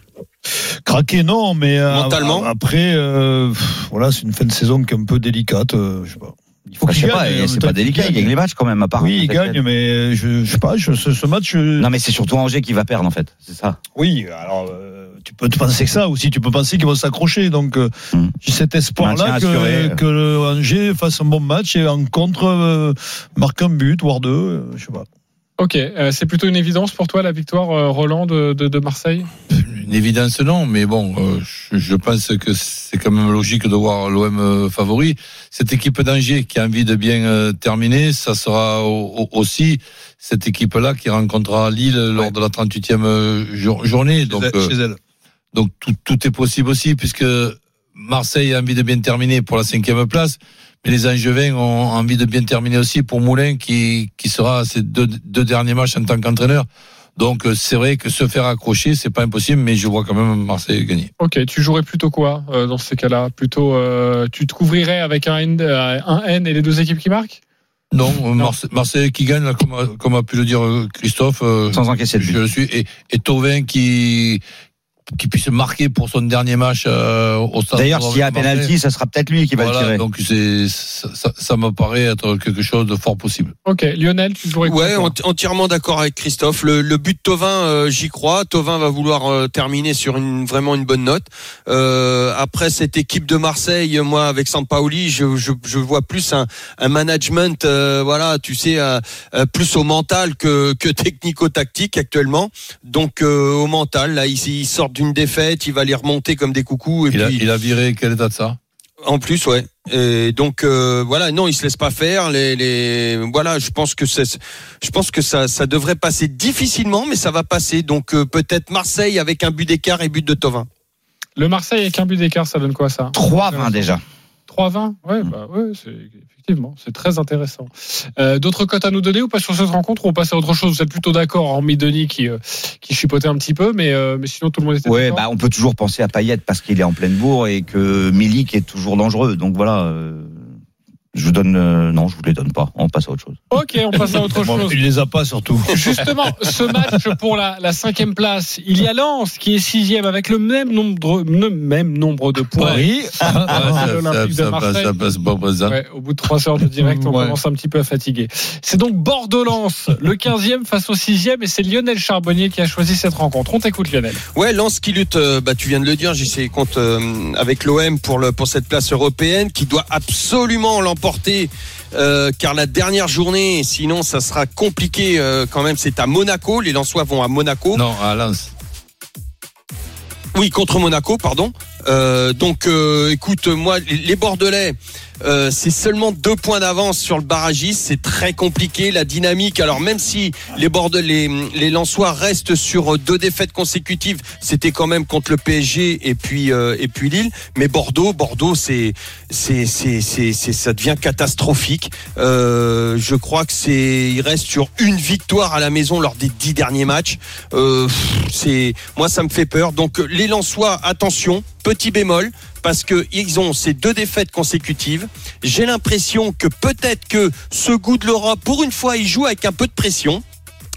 [SPEAKER 5] Craquer, non, mais euh,
[SPEAKER 6] Mentalement
[SPEAKER 5] après, euh, pff, voilà, c'est une fin de saison qui est un peu délicate. euh, je sais pas. Il
[SPEAKER 8] Bah, je
[SPEAKER 5] qu'ils
[SPEAKER 8] sais pas,
[SPEAKER 5] gagnent, en
[SPEAKER 8] c'est
[SPEAKER 5] même
[SPEAKER 8] pas
[SPEAKER 5] temps,
[SPEAKER 8] délicat,
[SPEAKER 5] qu'ils
[SPEAKER 8] il gagne les matchs quand même, à part.
[SPEAKER 5] Oui, il gagne, mais euh, je, je sais pas, je- ce, ce match. euh,
[SPEAKER 8] Non, mais c'est surtout Angers qui va perdre, en fait. C'est ça.
[SPEAKER 5] Oui, alors euh, tu peux te penser que ça aussi, tu peux penser qu'ils vont s'accrocher. Donc euh,
[SPEAKER 9] Hmm.
[SPEAKER 8] Mm.
[SPEAKER 5] j'ai cet espoir-là
[SPEAKER 8] Maintien assuré.
[SPEAKER 5] que, que le Angers fasse un bon match et en contre euh, marque un but, voire deux, euh, je sais pas.
[SPEAKER 1] Ok, euh, c'est plutôt une évidence pour toi la victoire, euh, Roland, de, de- de Marseille
[SPEAKER 4] Une évidence, non, mais bon, euh, je, je pense que c'est quand même logique de voir l'OM euh, favori. Cette équipe d'Angers qui a envie de bien euh, terminer, ça sera au- au- aussi cette équipe-là qui rencontrera Lille lors de la 38e euh, jour- journée. Donc,
[SPEAKER 5] Chez-
[SPEAKER 4] euh,
[SPEAKER 5] chez elle.
[SPEAKER 4] donc tout, tout est possible aussi, puisque Marseille a envie de bien terminer pour la cinquième place, mais les Angevins ont envie de bien terminer aussi pour Moulin, qui, qui sera à ses deux, deux derniers matchs en tant qu'entraîneur. Donc euh, c'est vrai que se faire accrocher, c'est pas impossible, mais je vois quand même Marseille gagner.
[SPEAKER 1] Ok, tu jouerais plutôt quoi euh, dans ces cas-là Plutôt, euh, tu te couvrirais avec un N, euh, un N et les deux équipes qui marquent
[SPEAKER 4] Non, euh, Marse- Marseille qui gagne, là, comme, a- comme a pu le dire euh, Christophe, euh,
[SPEAKER 8] Sans encaisser de
[SPEAKER 4] je
[SPEAKER 8] but.
[SPEAKER 4] le suis, et, et Thauvin qui qui puisse marquer pour son dernier match euh, au stade.
[SPEAKER 8] D'ailleurs, s'il y a un
[SPEAKER 4] Marseille.
[SPEAKER 8] penalty, ça sera peut-être lui qui va
[SPEAKER 4] Voilà,
[SPEAKER 8] le tirer.
[SPEAKER 4] donc c'est ça, ça- ça me paraît être quelque chose de fort possible.
[SPEAKER 1] Ok, Lionel, tu jouerais quoi
[SPEAKER 6] Ouais,
[SPEAKER 1] toi
[SPEAKER 6] ent- entièrement d'accord avec Christophe. Le, le but de Tovin, euh, j'y crois. Tovin va vouloir euh, terminer sur une vraiment une bonne note. Euh, après cette équipe de Marseille, moi avec Sampaoli, je, je, je vois plus un, un management, euh, voilà, tu sais, euh, euh, plus au mental que, que technico-tactique actuellement. Donc euh, au mental, là, il, il sort d'une défaite, il va les remonter comme des coucous. Et
[SPEAKER 4] Il a,
[SPEAKER 6] puis,
[SPEAKER 4] il a viré quelle date ça
[SPEAKER 6] en plus, ouais. Et donc euh, voilà, non, ils se laissent pas faire. Les, les voilà, je pense que c'est, je pense que ça, ça devrait passer difficilement, mais ça va passer. Donc euh, peut-être Marseille avec un but d'écart et but de Tovin.
[SPEAKER 1] Le Marseille avec un but d'écart, ça donne quoi ça
[SPEAKER 8] 3-20 déjà.
[SPEAKER 1] 3-20 Ouais, bah ouais, c'est- effectivement, c'est très intéressant. Euh, D'autres cotes à nous donner ou pas sur cette rencontre ou on passe à autre chose Vous êtes plutôt d'accord, hormis Denis qui, euh, qui chipotait un petit peu, mais, euh, mais sinon tout le monde était
[SPEAKER 8] Ouais,
[SPEAKER 1] d'accord.
[SPEAKER 8] bah on peut toujours penser à Payet parce qu'il est en pleine bourre et que Milik est toujours dangereux. Donc voilà, euh, je vous donne euh, non, je vous les donne pas. On passe à autre chose.
[SPEAKER 1] Ok, on passe à autre
[SPEAKER 8] Bon,
[SPEAKER 1] chose.
[SPEAKER 8] il les a pas surtout.
[SPEAKER 1] Justement, ce match pour la, la cinquième place, il y a Lens qui est sixième avec le même nombre, le même nombre de points.
[SPEAKER 4] Oui.
[SPEAKER 1] Ah,
[SPEAKER 4] Ah, ça-
[SPEAKER 1] l'Olympique
[SPEAKER 4] ça-
[SPEAKER 1] de
[SPEAKER 4] ça passe-
[SPEAKER 1] Marseille.
[SPEAKER 4] ça passe pas, pas ça.
[SPEAKER 1] Ouais, au bout de trois heures de direct, on
[SPEAKER 4] Ouais.
[SPEAKER 1] commence un petit peu à fatiguer. C'est donc Bordeaux-Lens, le 15e face au 6e, et c'est Lionel Charbonnier qui a choisi cette rencontre. On t'écoute, Lionel.
[SPEAKER 6] Ouais, Lens qui lutte, euh, bah, tu viens de le dire, JC, contre euh, avec l'OM pour, le, pour cette place européenne, qui doit absolument l'emporter, euh, car la dernière journée, sinon ça sera compliqué euh, quand même, c'est à Monaco, les Lensois vont à Monaco.
[SPEAKER 4] Non, à Lens.
[SPEAKER 6] Oui, contre Monaco, pardon. Euh, donc, euh, écoute, moi, les Bordelais, euh, c'est seulement deux points d'avance sur le barragiste. C'est très compliqué, la dynamique. Alors, même si les Bordelais, les Lensois restent sur euh, deux défaites consécutives, c'était quand même contre le PSG et puis euh, et puis Lille. Mais Bordeaux, Bordeaux, c'est c'est c'est c'est c'est- ça devient catastrophique. Euh, je crois que c'est il reste sur une victoire à la maison lors des dix derniers matchs. Euh, pff, c'est moi ça me fait peur. Donc euh, les Lensois, attention, petit bémol parce que ils ont ces deux défaites consécutives. J'ai l'impression que peut-être que ce goût de l'Europe, pour une fois, ils jouent avec un peu de pression.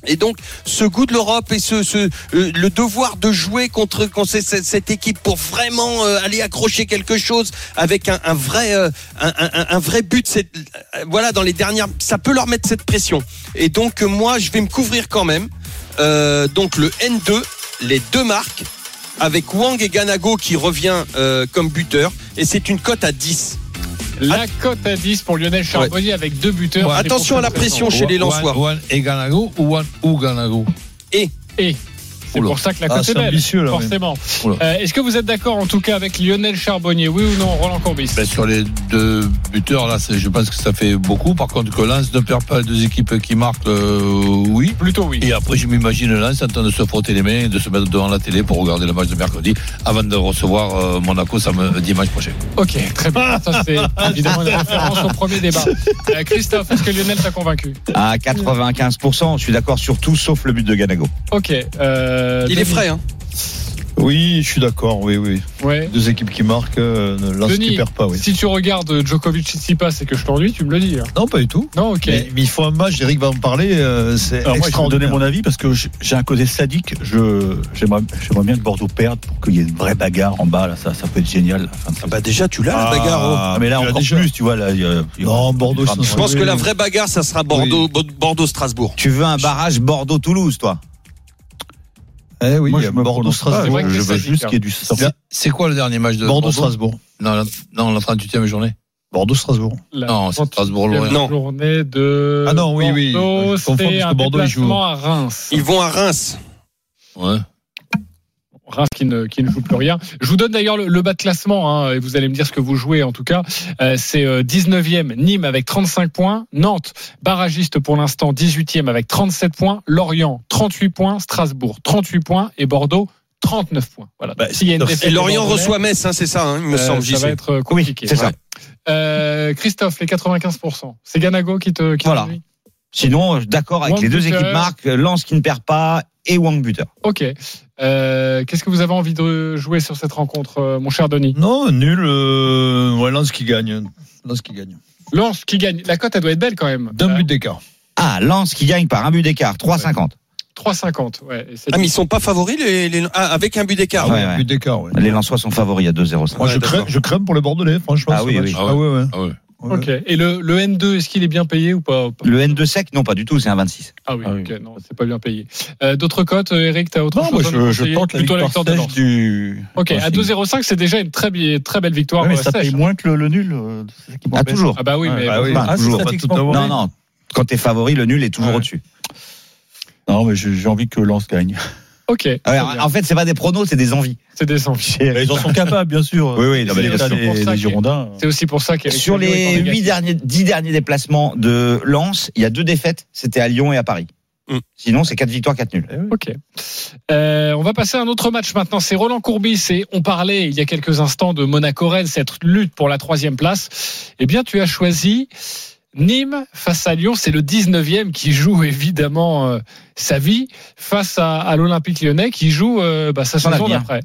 [SPEAKER 6] Et donc, ce goût de l'Europe et ce, ce, euh, le devoir de jouer contre, contre cette- cette, cette équipe pour vraiment euh, aller accrocher quelque chose avec un, un vrai, euh, un, un- un vrai but, c'est- euh, voilà, dans les dernières, ça peut leur mettre cette pression. Et donc, euh, moi, je vais me couvrir quand même. Euh, donc, le N2, les deux marques, avec Wang et Ganago qui revient euh, comme buteur. Et c'est une cote à 10.
[SPEAKER 1] La cote à 10 pour Lionel Charbonnier avec deux buteurs.
[SPEAKER 6] Ouais,
[SPEAKER 1] C'est pour
[SPEAKER 6] attention à la
[SPEAKER 1] ça que
[SPEAKER 6] pression
[SPEAKER 1] c'est
[SPEAKER 6] chez les
[SPEAKER 1] bon.
[SPEAKER 6] Lensois.
[SPEAKER 4] One, one et Ganago ou one ou Ganago
[SPEAKER 6] Et.
[SPEAKER 1] Et. C'est
[SPEAKER 4] Oula.
[SPEAKER 1] pour ça que la
[SPEAKER 4] Ah,
[SPEAKER 1] cote
[SPEAKER 4] c'est
[SPEAKER 1] est belle,
[SPEAKER 4] ambitieux, là, oui.
[SPEAKER 1] forcément.
[SPEAKER 4] Oula.
[SPEAKER 1] Euh, Est-ce que vous êtes d'accord en tout cas avec Lionel Charbonnier Oui ou non, Roland Courbis
[SPEAKER 4] Ben, sur les deux buteurs, là, c'est- je pense que ça fait beaucoup. Par contre, que Lens ne perd pas les deux équipes qui marquent, euh, oui.
[SPEAKER 1] Plutôt oui.
[SPEAKER 4] Et après, je m'imagine Lens en train de se frotter les mains et de se mettre devant la télé pour regarder le match de mercredi avant de recevoir euh, Monaco sam- dimanche prochain.
[SPEAKER 1] Ok, très bien. Ça, c'est évidemment une référence au premier débat. Euh, Christophe, est-ce que Lionel t'a convaincu
[SPEAKER 8] À 95%, je suis d'accord sur tout sauf le but de Ganago.
[SPEAKER 1] Ok. euh,
[SPEAKER 6] Il est
[SPEAKER 1] Denis.
[SPEAKER 6] frais, hein
[SPEAKER 5] Oui, je suis d'accord, oui, oui.
[SPEAKER 1] Ouais.
[SPEAKER 5] Deux équipes qui marquent, euh, Lens qui
[SPEAKER 1] Denis,
[SPEAKER 5] perd pas, oui.
[SPEAKER 1] Si tu regardes Djokovic Tsitsipas et que je t'ennuie, tu me le dis. hein.
[SPEAKER 5] Non, pas du tout.
[SPEAKER 1] Non, ok.
[SPEAKER 5] Mais, mais il faut un match, Eric va en parler, euh, c'est
[SPEAKER 9] Alors moi, je vais vous donner
[SPEAKER 5] extraordinaire.
[SPEAKER 9] mon avis parce que j'ai un côté sadique. Je j'aimerais j'aimerais bien que Bordeaux perde pour qu'il y ait une vraie bagarre en bas. Là, ça, ça peut être génial.
[SPEAKER 6] bah déjà, tu l'as
[SPEAKER 1] Ah.
[SPEAKER 6] la bagarre.
[SPEAKER 8] Ah,
[SPEAKER 6] oh.
[SPEAKER 9] mais là
[SPEAKER 5] Ah, Tu l'as
[SPEAKER 9] encore
[SPEAKER 5] déjà.
[SPEAKER 9] plus, tu vois. Là, il y a- il y a-
[SPEAKER 5] Non, Bordeaux,
[SPEAKER 9] Je
[SPEAKER 6] Je pense que la vraie bagarre, ça sera Bordeaux, Bordeaux Strasbourg.
[SPEAKER 8] Tu veux un barrage Bordeaux-Toulouse, toi
[SPEAKER 5] Eh oui,
[SPEAKER 9] Moi, je me
[SPEAKER 5] Bordeaux,
[SPEAKER 9] prononce pas.
[SPEAKER 5] Strasbourg.
[SPEAKER 1] C'est vrai que
[SPEAKER 9] Je
[SPEAKER 1] c'est
[SPEAKER 9] veux
[SPEAKER 1] sadique,
[SPEAKER 9] juste
[SPEAKER 1] hein.
[SPEAKER 9] qu'il y ait du sang.
[SPEAKER 4] C'est- C'est quoi le dernier match de
[SPEAKER 5] Bordeaux, Strasbourg.
[SPEAKER 4] Non, la, non, la 38e journée.
[SPEAKER 5] Bordeaux, Strasbourg.
[SPEAKER 1] La
[SPEAKER 4] Non, c'est Strasbourg-Lorient.
[SPEAKER 6] Non.
[SPEAKER 1] journée de
[SPEAKER 5] Ah non, oui, oui,
[SPEAKER 1] Bordeaux,
[SPEAKER 5] je confonds
[SPEAKER 1] c'est
[SPEAKER 5] parce
[SPEAKER 1] un
[SPEAKER 5] que Bordeaux, il joue.
[SPEAKER 1] déplacement à Reims.
[SPEAKER 6] Ils vont à Reims.
[SPEAKER 4] Ouais.
[SPEAKER 1] Reims qui ne, qui ne joue plus rien. Je vous donne d'ailleurs le, le bas de classement, hein, et vous allez me dire ce que vous jouez en tout cas. Euh, c'est euh, 19e, Nîmes avec 35 points, Nantes, barragiste pour l'instant, 18e avec 37 points, Lorient, 38 points, Strasbourg, 38 points, et Bordeaux, 39 points. Voilà.
[SPEAKER 5] Bah,
[SPEAKER 1] S'il y a une défaite
[SPEAKER 6] Et
[SPEAKER 1] des
[SPEAKER 6] Lorient
[SPEAKER 1] Bordelais,
[SPEAKER 6] reçoit Metz, hein, c'est ça, hein, il me
[SPEAKER 1] euh,
[SPEAKER 6] semble,
[SPEAKER 1] ça
[SPEAKER 6] JC.
[SPEAKER 1] va être compliqué.
[SPEAKER 8] c'est ça.
[SPEAKER 1] Ouais. Euh, Christophe, les 95%. C'est Ganago qui te. Qui
[SPEAKER 8] Voilà.
[SPEAKER 1] te dit
[SPEAKER 8] Sinon, euh, d'accord avec
[SPEAKER 1] Wang
[SPEAKER 8] les deux
[SPEAKER 1] buteur.
[SPEAKER 8] équipes marques, Lens qui ne perd pas et Wang buteur.
[SPEAKER 1] Ok. Euh, Qu'est-ce que vous avez envie de jouer sur cette rencontre, euh, mon cher Denis
[SPEAKER 5] Non, nul. Euh, ouais, Lens qui gagne. Lens qui gagne.
[SPEAKER 1] Lens qui gagne. La cote, elle doit être belle quand même.
[SPEAKER 5] D'un
[SPEAKER 1] Euh,
[SPEAKER 5] but d'écart.
[SPEAKER 8] Ah, Lens qui gagne par un but d'écart, 3,50.
[SPEAKER 1] 3,50. Ouais, et c'est-
[SPEAKER 6] Ah, mais ils sont pas favoris, les, les- ah, avec un but d'écart.
[SPEAKER 8] Ouais, ouais.
[SPEAKER 5] But d'écart, ouais.
[SPEAKER 8] Les Lensois sont favoris à 2,05.
[SPEAKER 5] Moi,
[SPEAKER 6] Ouais,
[SPEAKER 5] je, crains,
[SPEAKER 6] d'accord.
[SPEAKER 5] je crains pour les Bordelais, franchement.
[SPEAKER 8] Ah
[SPEAKER 5] ce
[SPEAKER 8] oui,
[SPEAKER 5] match.
[SPEAKER 8] oui.
[SPEAKER 5] Ah ouais, ouais.
[SPEAKER 4] Ah ouais.
[SPEAKER 5] Ouais,
[SPEAKER 1] Ok. Et le, le N2, est-ce qu'il est bien payé ou pas
[SPEAKER 8] Le N2 sec, non, pas du tout, c'est un 26.
[SPEAKER 1] Ah oui,
[SPEAKER 9] Ah oui.
[SPEAKER 1] ok, non, c'est pas bien payé. Euh, D'autres cotes, euh, Eric, t'as autre
[SPEAKER 9] Non, moi,
[SPEAKER 1] chose à nous
[SPEAKER 9] je, je
[SPEAKER 1] conseiller
[SPEAKER 9] tente la
[SPEAKER 1] Plutôt
[SPEAKER 9] victoire
[SPEAKER 1] de
[SPEAKER 9] sèche
[SPEAKER 1] Lens.
[SPEAKER 9] du.
[SPEAKER 1] Ok, à 2,05, c'est déjà une très, bi- très belle victoire.
[SPEAKER 9] Ouais, mais
[SPEAKER 1] euh,
[SPEAKER 9] ça
[SPEAKER 1] sèche.
[SPEAKER 9] paye moins que le, le nul. euh, c'est ça qui
[SPEAKER 8] Ah,
[SPEAKER 9] m'embête.
[SPEAKER 8] toujours.
[SPEAKER 1] Ah bah oui,
[SPEAKER 9] Ouais,
[SPEAKER 1] mais
[SPEAKER 9] bah oui.
[SPEAKER 8] bah,
[SPEAKER 9] Ah,
[SPEAKER 8] toujours.
[SPEAKER 9] c'est
[SPEAKER 8] Pas
[SPEAKER 9] statistiquement
[SPEAKER 5] tout
[SPEAKER 9] mauvais.
[SPEAKER 8] Non, non. Quand t'es favori, le nul est toujours
[SPEAKER 1] Ouais.
[SPEAKER 8] au-dessus.
[SPEAKER 9] Non, mais j'ai j'ai envie que Lens gagne.
[SPEAKER 1] ok. très
[SPEAKER 8] Ouais,
[SPEAKER 1] bien.
[SPEAKER 8] en fait, c'est pas des pronos, c'est des envies.
[SPEAKER 1] C'est descendu.
[SPEAKER 9] Mais ils en sont capables, bien sûr.
[SPEAKER 8] Oui, oui, non, mais
[SPEAKER 9] les,
[SPEAKER 8] bien sûr.
[SPEAKER 9] les- les
[SPEAKER 1] Pour ça
[SPEAKER 9] Girondins.
[SPEAKER 5] euh,
[SPEAKER 1] C'est aussi pour ça qu'Eric
[SPEAKER 8] Sur
[SPEAKER 1] Salio est en
[SPEAKER 8] les
[SPEAKER 1] négatif.
[SPEAKER 8] huit derniers, 10 derniers déplacements de Lens, il y a deux défaites, c'était à Lyon et à Paris. Sinon, c'est 4 victoires, 4 nuls.
[SPEAKER 1] Ok. Euh, on va passer à un autre match maintenant. C'est Roland Courbis et on parlait il y a quelques instants de Monaco-Rennes, cette lutte pour la troisième place. Eh bien, tu as choisi Nîmes face à Lyon. C'est le 19e qui joue évidemment euh, sa vie face à, à l'Olympique lyonnais qui joue euh, bah, sa
[SPEAKER 4] Son
[SPEAKER 1] saison
[SPEAKER 4] avenir.
[SPEAKER 1] d'après.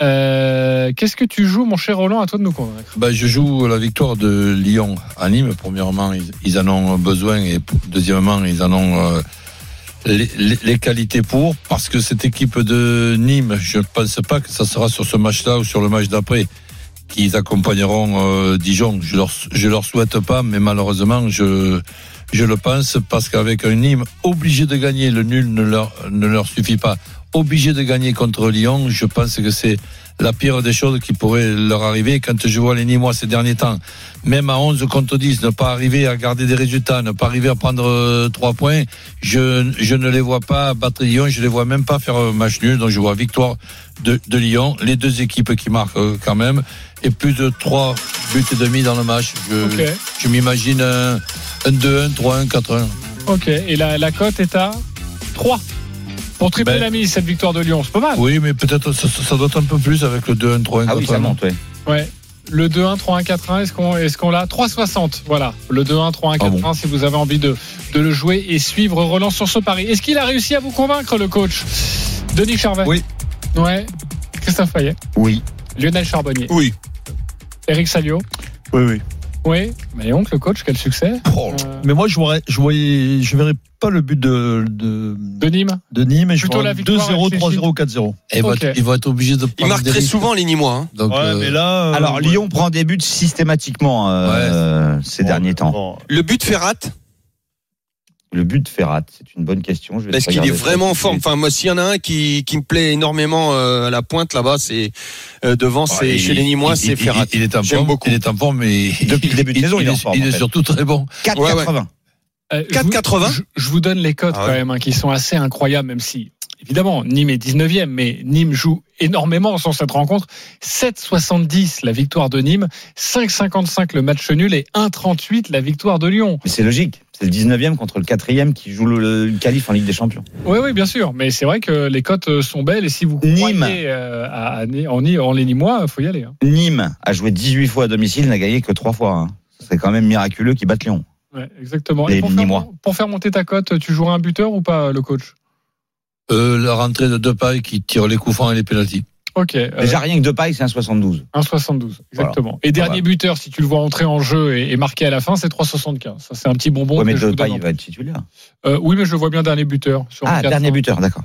[SPEAKER 1] Euh, Qu'est-ce que tu joues, mon cher Roland À toi de nous convaincre.
[SPEAKER 4] Ben, je joue la victoire de Lyon à Nîmes. Premièrement, ils, ils en ont besoin et deuxièmement, ils en ont euh, les, les- les qualités pour. Parce que cette équipe de Nîmes, je ne pense pas que ça sera sur ce match-là ou sur le match d'après qu'ils accompagneront euh, Dijon. Je leur, je leur souhaite pas, mais malheureusement, je, je le pense parce qu'avec un Nîmes obligé de gagner, le nul ne leur, ne leur suffit pas. Obligé de gagner contre Lyon, je pense que c'est la pire des choses qui pourrait leur arriver. Quand je vois les Nîmois ces derniers temps, même à 11 contre 10, ne pas arriver à garder des résultats, ne pas arriver à prendre euh, trois points, je, je ne les vois pas battre Lyon, je les vois même pas faire euh, match nul. Donc je vois victoire de, de Lyon, les deux équipes qui marquent euh, quand même, et plus de trois buts et demi dans le match. Je,
[SPEAKER 1] Ok.
[SPEAKER 4] je m'imagine un, un 2-1, 3-1, 4-1.
[SPEAKER 1] Ok. Et la, la cote est à 3. Pour tripler
[SPEAKER 4] Ben-
[SPEAKER 1] la mise, cette victoire de Lyon, c'est pas
[SPEAKER 5] Ah.
[SPEAKER 1] mal.
[SPEAKER 4] Oui, mais peut-être ça, ça- ça doit être un peu plus avec le 2-1, 3-1, 4-1.
[SPEAKER 8] Ah oui, ça monte, ouais.
[SPEAKER 1] Ouais. Le 2-1, 3-1, 4-1, est-ce qu'on est qu'on l'a 3-60, voilà. Le 2-1, 3-1, 4-1, si vous avez envie de, de le jouer et suivre Roland sur ce pari. Est-ce qu'il a réussi à vous convaincre, le coach Denis Charvet
[SPEAKER 10] Oui.
[SPEAKER 1] Ouais. Christophe Payet
[SPEAKER 8] Oui.
[SPEAKER 1] Lionel Charbonnier
[SPEAKER 10] Oui.
[SPEAKER 1] Eric Salio
[SPEAKER 5] Oui, oui.
[SPEAKER 1] Oui. Mais donc, le coach, quel succès Euh,
[SPEAKER 5] Mais moi, je voyais, je voyais, je verrais pas le but de, de,
[SPEAKER 1] De Nîmes
[SPEAKER 5] de Nîmes. et Je
[SPEAKER 1] Plutôt la
[SPEAKER 5] vois 2-0,
[SPEAKER 1] victoire avec les
[SPEAKER 5] 3-0, 4-0.
[SPEAKER 4] Et il va-
[SPEAKER 1] Ok.
[SPEAKER 4] il va être obligé de
[SPEAKER 6] Ils
[SPEAKER 4] prendre
[SPEAKER 6] marquent
[SPEAKER 4] des
[SPEAKER 6] très
[SPEAKER 4] risques.
[SPEAKER 6] souvent les Nîmois. hein.
[SPEAKER 4] Donc, euh,
[SPEAKER 5] là. euh,
[SPEAKER 8] Alors, Lyon prend des buts systématiquement euh, ces
[SPEAKER 5] bon,
[SPEAKER 8] derniers temps.
[SPEAKER 5] bon.
[SPEAKER 6] Le but Ferrat,
[SPEAKER 8] Le but de Ferrat, c'est une bonne question. Je vais
[SPEAKER 6] est-ce qu'il est
[SPEAKER 8] regarder ça
[SPEAKER 6] vraiment en
[SPEAKER 8] tout de
[SPEAKER 6] forme
[SPEAKER 8] suite.
[SPEAKER 6] Enfin, moi, s'il y en a un qui, qui me plaît énormément euh, à la pointe là-bas, c'est euh, devant,
[SPEAKER 4] Ah,
[SPEAKER 6] c'est
[SPEAKER 4] il-
[SPEAKER 6] chez les Nîmois,
[SPEAKER 4] il-
[SPEAKER 6] c'est
[SPEAKER 4] il-
[SPEAKER 6] Ferrat.
[SPEAKER 4] Il, il est en
[SPEAKER 6] J'aime
[SPEAKER 4] forme,
[SPEAKER 6] beaucoup.
[SPEAKER 4] Il est en forme, mais
[SPEAKER 8] Depuis le début de saison, il est en forme,
[SPEAKER 4] Il
[SPEAKER 8] en
[SPEAKER 4] est
[SPEAKER 8] fait.
[SPEAKER 4] surtout très bon.
[SPEAKER 8] 4,80.
[SPEAKER 1] Euh, je vous-
[SPEAKER 6] 4,80?
[SPEAKER 1] je, je vous donne les cotes
[SPEAKER 6] Ah ouais.
[SPEAKER 1] quand même, hein, qui sont assez incroyables, même si, évidemment, Nîmes est 19e, mais Nîmes joue énormément sur cette rencontre. 7,70 la victoire de Nîmes, 5,55 le match nul et 1,38 la victoire de Lyon.
[SPEAKER 8] Mais c'est logique. C'est le 19e contre le 4e qui joue le, le qualif en Ligue des Champions.
[SPEAKER 1] Oui, oui, bien sûr, mais c'est vrai que les cotes euh, sont belles et si vous
[SPEAKER 8] Nîmes.
[SPEAKER 1] croyez euh, à, à Ni- en, Ni- en les Nîmois, faut y aller. hein.
[SPEAKER 8] Nîmes a joué 18 fois à domicile, n'a gagné que 3 fois. hein. Ce serait quand même miraculeux qu'ils battent Lyon.
[SPEAKER 1] Ouais, exactement.
[SPEAKER 8] Les
[SPEAKER 1] pour, faire,
[SPEAKER 8] Nîmois.
[SPEAKER 1] pour faire monter ta cote, tu joueras un buteur ou pas, le coach
[SPEAKER 4] Euh, la rentrée de Depay qui tire les coups francs et les pénalties.
[SPEAKER 1] Ok. euh,
[SPEAKER 8] Déjà, rien que de paille, c'est un 72.
[SPEAKER 1] 1,72, exactement. Et
[SPEAKER 8] Voilà.
[SPEAKER 1] dernier buteur, si tu le vois entrer en jeu et, et marquer à la fin, c'est 3,75. Ça, c'est un petit bonbon.
[SPEAKER 8] ouais, mais
[SPEAKER 1] que je
[SPEAKER 8] de
[SPEAKER 1] vous donne
[SPEAKER 8] paille,
[SPEAKER 1] en
[SPEAKER 8] il
[SPEAKER 1] plus.
[SPEAKER 8] va être titulaire.
[SPEAKER 1] Euh, oui, mais je le vois bien dernier buteur. Sur
[SPEAKER 8] Ah,
[SPEAKER 1] 4.
[SPEAKER 8] dernier buteur, d'accord.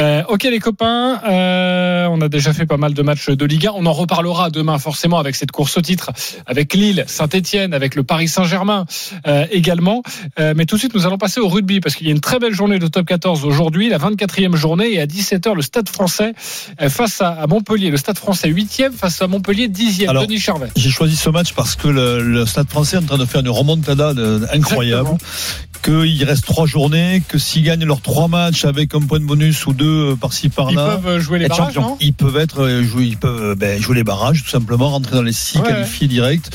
[SPEAKER 1] Euh, ok, les copains, euh, on a déjà fait pas mal de matchs de Ligue 1. On en reparlera demain, forcément, avec cette course au titre, avec Lille, Saint-Etienne, avec le Paris Saint-Germain euh, également. Euh, mais tout de suite, nous allons passer au rugby, parce qu'il y a une très belle journée de top 14 aujourd'hui, la 24e journée, et à 17h, le Stade français euh, face à, à Montpellier. Le Stade français 8e face à Montpellier 10e.
[SPEAKER 5] Alors,
[SPEAKER 1] Denis Charvet.
[SPEAKER 5] J'ai choisi ce match parce que le, le Stade français est en train de faire une remontada de- incroyable. Qu'il reste trois journées, que s'ils gagnent leurs trois matchs avec un point de bonus ou deux euh, par-ci
[SPEAKER 1] Ils
[SPEAKER 5] par-là,
[SPEAKER 1] peuvent jouer les
[SPEAKER 5] être
[SPEAKER 1] barrages,
[SPEAKER 5] champions.
[SPEAKER 1] non
[SPEAKER 5] ils peuvent être euh, jouer, ils peuvent euh, ben, jouer les barrages tout simplement, rentrer dans les six
[SPEAKER 1] Ouais,
[SPEAKER 5] qualifiés directs.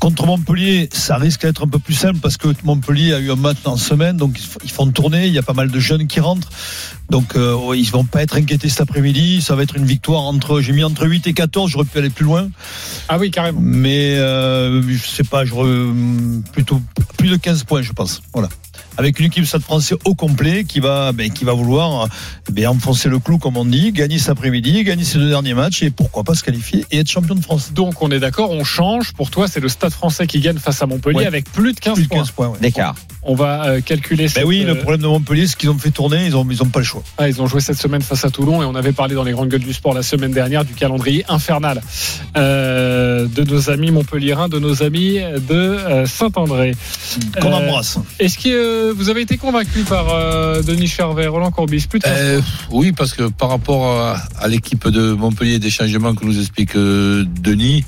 [SPEAKER 5] Contre Montpellier, ça risque d'être un peu plus simple parce que Montpellier a eu un match en semaine, donc ils f- ils font tourner. Il y a pas mal de jeunes qui rentrent, donc euh, ouais, ils vont pas être inquiétés cet après-midi. Ça va être une victoire entre, j'ai mis entre 8 et 14, j'aurais pu aller plus loin.
[SPEAKER 1] Ah oui, carrément.
[SPEAKER 5] Mais euh, je sais pas, je re- plutôt plus de 15 points, je pense. Voilà. Avec une équipe Stade Français au complet qui va, ben, qui va vouloir eh ben, enfoncer le clou, comme on dit, gagner cet après-midi, gagner ces deux derniers matchs et pourquoi pas se qualifier et être champion de France.
[SPEAKER 1] Donc on est d'accord, on change. Pour toi, c'est le Stade français qui gagne face à Montpellier
[SPEAKER 5] Ouais.
[SPEAKER 1] avec plus de 15
[SPEAKER 5] Plus de
[SPEAKER 1] points.
[SPEAKER 5] 15 points. ouais.
[SPEAKER 8] D'écart.
[SPEAKER 1] On va euh, calculer
[SPEAKER 5] Ben
[SPEAKER 1] cette,
[SPEAKER 5] oui, le
[SPEAKER 1] euh,
[SPEAKER 5] problème de Montpellier, c'est qu'ils ont fait tourner, ils ont, ils ont pas le choix.
[SPEAKER 1] Ah, ils ont joué cette semaine face à Toulon et on avait parlé dans les grandes gueules du sport la semaine dernière du calendrier infernal euh, de nos amis montpelliérains, de nos amis de euh, Saint-André.
[SPEAKER 5] Qu'on
[SPEAKER 1] Euh,
[SPEAKER 5] embrasse.
[SPEAKER 1] Est-ce que euh, vous avez été convaincu par euh, Denis Charvet, Roland Courbis plus tard
[SPEAKER 4] Euh, oui, parce que par rapport à, à l'équipe de Montpellier, des changements que nous explique euh, Denis,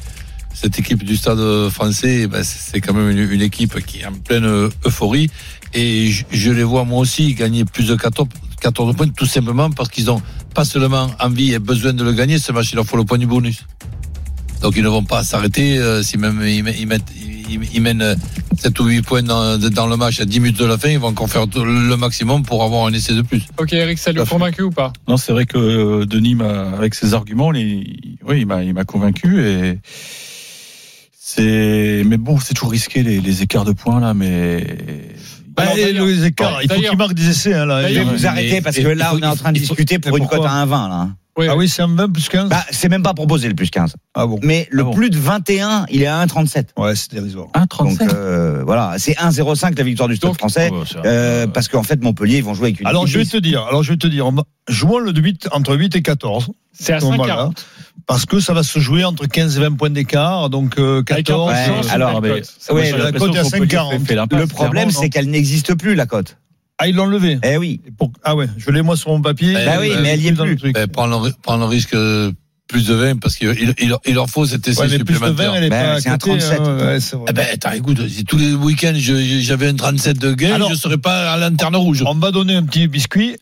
[SPEAKER 4] cette équipe du stade français, ben, c'est c'est quand même une, une équipe qui est en pleine euh, euphorie. Et je, je les vois moi aussi gagner plus de 14, 14 points, tout simplement parce qu'ils ont pas seulement envie et besoin de le gagner, ce match, il leur faut le point du bonus. Donc ils ne vont pas s'arrêter euh, si même ils, met- ils mettent, ils, ils, ils mènent 7 ou 8 points dans, dans le match à 10 minutes de la fin, ils vont encore faire tout le maximum pour avoir un essai de plus.
[SPEAKER 1] Ok, Eric, ça lui a convaincu ou pas
[SPEAKER 9] Non, c'est vrai que euh, Denis, m'a- avec ses arguments, il, oui, il m'a il m'a convaincu et c'est. Mais bon, c'est toujours risqué les, les écarts de points là, mais.
[SPEAKER 5] Alors, et Bah, les écarts, il faut qu'il marque des essais. hein, là.
[SPEAKER 8] Je vais vous arrêter parce que là, on est en train de discuter pour une cote à 1,20. Là. hein. Bah,
[SPEAKER 5] Ah oui, c'est un 20 plus 15
[SPEAKER 8] C'est même pas proposé le plus 15. Mais le plus de 21, il est à 1,37.
[SPEAKER 5] Ouais, c'est dérisoire.
[SPEAKER 8] 1,37. Donc euh, voilà, c'est 1,05 la victoire du Stade français. euh, parce qu'en fait, Montpellier, ils vont jouer avec une.
[SPEAKER 5] Alors
[SPEAKER 8] équipe
[SPEAKER 5] je vais
[SPEAKER 8] bis.
[SPEAKER 5] te dire, alors je vais te dire, on va- jouons le 8 entre 8 et 14.
[SPEAKER 1] C'est à
[SPEAKER 5] Donc,
[SPEAKER 1] 5,40.
[SPEAKER 5] voilà. Parce que ça va se jouer entre 15 et 20 points d'écart, donc euh,
[SPEAKER 8] Avec un
[SPEAKER 5] 14.
[SPEAKER 8] peu de chance, alors, mais- ouais,
[SPEAKER 5] la
[SPEAKER 8] le-
[SPEAKER 5] cote est à
[SPEAKER 8] le-
[SPEAKER 5] 5,40.
[SPEAKER 8] Le problème, c'est qu'elle n'existe plus, la cote.
[SPEAKER 5] Bah, Ah, ils l'ont levée
[SPEAKER 8] Eh oui. Bah
[SPEAKER 5] Ah ouais, je l'ai moi sur mon papier.
[SPEAKER 4] Eh, euh, eh, prends, le, ri- prends le risque euh, plus de 20 parce qu'il il, il- il leur faut cet essai
[SPEAKER 5] Ouais, mais plus de 20,
[SPEAKER 4] supplémentaire.
[SPEAKER 5] elle est Ben, pas à c'est un côté, 37. hein, ouais, c'est vrai.
[SPEAKER 4] eh ben, attends, écoute, si tous les week-ends je- je- j'avais un 37 de gain,
[SPEAKER 5] Alors,
[SPEAKER 4] je serais pas à lanterne rouge.
[SPEAKER 5] On va donner un petit biscuit,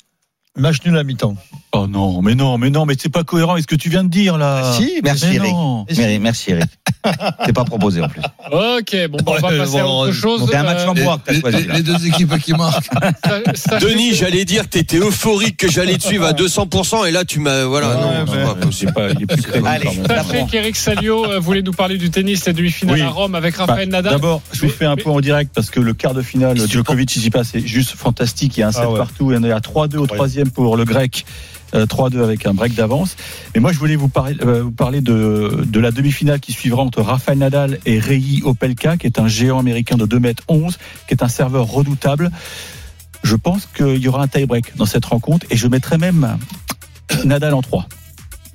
[SPEAKER 5] match nul à mi-temps.
[SPEAKER 9] Oh non, mais non, mais non, mais c'est pas cohérent avec ce que tu viens de dire
[SPEAKER 6] Ah,
[SPEAKER 9] là.
[SPEAKER 8] Si, merci
[SPEAKER 9] Mais
[SPEAKER 8] Eric.
[SPEAKER 9] non.
[SPEAKER 8] Merci, merci, Eric. C'est pas proposé en plus.
[SPEAKER 1] Ok, bon, bah, on va passer à autre chose.
[SPEAKER 8] Donc, t'as un match
[SPEAKER 1] Euh,
[SPEAKER 8] en bois que t'as choisi, là.
[SPEAKER 4] marquent.
[SPEAKER 6] Denis, j'allais dire que t'étais euphorique que j'allais te suivre à 200% et là tu m'as voilà Ah, non, c'est pas possible.
[SPEAKER 1] Sachez qu'Eric Salio euh, voulait nous parler du tennis, la demi-finale
[SPEAKER 9] Oui.
[SPEAKER 1] à Rome avec Raphaël
[SPEAKER 9] Bah,
[SPEAKER 1] Nadal.
[SPEAKER 9] D'abord, je vous fais un point en direct parce que le quart de finale, Djokovic, Tsitsipas, c'est juste fantastique. Il y a un set
[SPEAKER 5] ouais.
[SPEAKER 9] partout. Il y en a 3-2 au troisième pour le grec. euh, 3-2 avec un break d'avance. Mais moi, je voulais vous parler, euh, vous parler de, de la demi-finale qui suivra entre Rafael Nadal et Rei Opelka, qui est un géant américain de 2m11, qui est un serveur redoutable. Je pense qu'il y aura un tie-break dans cette rencontre et je mettrai même Nadal en 3.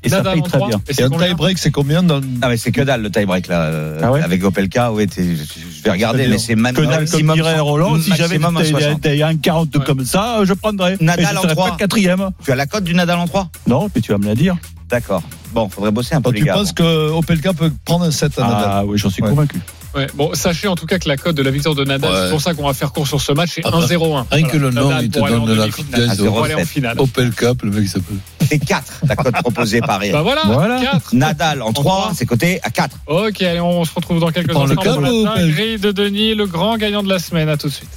[SPEAKER 9] Et ça
[SPEAKER 5] Nadal
[SPEAKER 9] paye
[SPEAKER 5] en
[SPEAKER 9] très
[SPEAKER 5] trois.
[SPEAKER 9] bien.
[SPEAKER 5] Et c'est Et un combien tie-break, c'est combien dans...
[SPEAKER 8] Ah mais c'est que dalle le tie-break là euh,
[SPEAKER 9] Ah ouais
[SPEAKER 8] avec Opelka ouais t'es- je je vais regarder
[SPEAKER 9] Très
[SPEAKER 8] mais
[SPEAKER 9] bien.
[SPEAKER 8] c'est même
[SPEAKER 9] Que dalle, comme
[SPEAKER 8] maximum
[SPEAKER 9] dirait
[SPEAKER 8] cent-
[SPEAKER 9] Roland, si j'avais
[SPEAKER 8] maximum
[SPEAKER 9] des,
[SPEAKER 8] 1,60.
[SPEAKER 9] des- des 1,42 comme ça, euh, je prendrais.
[SPEAKER 8] Nadal
[SPEAKER 9] Mais je
[SPEAKER 8] en
[SPEAKER 9] serais
[SPEAKER 8] trois.
[SPEAKER 9] pas quatrième.
[SPEAKER 8] Tu as la cote du Nadal en 3
[SPEAKER 9] Non, mais tu vas me la dire.
[SPEAKER 8] D'accord. Bon, faudrait bosser un peu les
[SPEAKER 5] Tu
[SPEAKER 8] gars.
[SPEAKER 5] penses que Opelka peut prendre un 7 à Nadal
[SPEAKER 9] Ah oui, j'en suis convaincu.
[SPEAKER 1] Ouais, Bon, sachez en tout cas que la cote de la victoire de Nadal,
[SPEAKER 4] Ouais.
[SPEAKER 1] c'est pour ça qu'on va faire court sur ce match, c'est
[SPEAKER 4] Ah,
[SPEAKER 1] 1-0-1.
[SPEAKER 4] Rien que le nom,
[SPEAKER 1] Nadal
[SPEAKER 4] il te
[SPEAKER 1] pour aller
[SPEAKER 4] donne
[SPEAKER 1] en
[SPEAKER 4] de la
[SPEAKER 1] demi-finale. Ah,
[SPEAKER 4] confiance.
[SPEAKER 1] Pour aller en finale.
[SPEAKER 4] Opel Cup, le mec s'appelle.
[SPEAKER 8] C'est 4 la cote proposée par Eric.
[SPEAKER 1] Bah voilà,
[SPEAKER 8] Voilà.
[SPEAKER 1] 4.
[SPEAKER 8] Nadal en 3, c'est coté à 4.
[SPEAKER 1] Ok, allez, on se retrouve dans quelques
[SPEAKER 8] Prends le
[SPEAKER 1] instants. pour
[SPEAKER 8] câble ou
[SPEAKER 1] la
[SPEAKER 8] pas
[SPEAKER 1] dinguerie de Denis, le grand gagnant de la semaine. À tout de suite.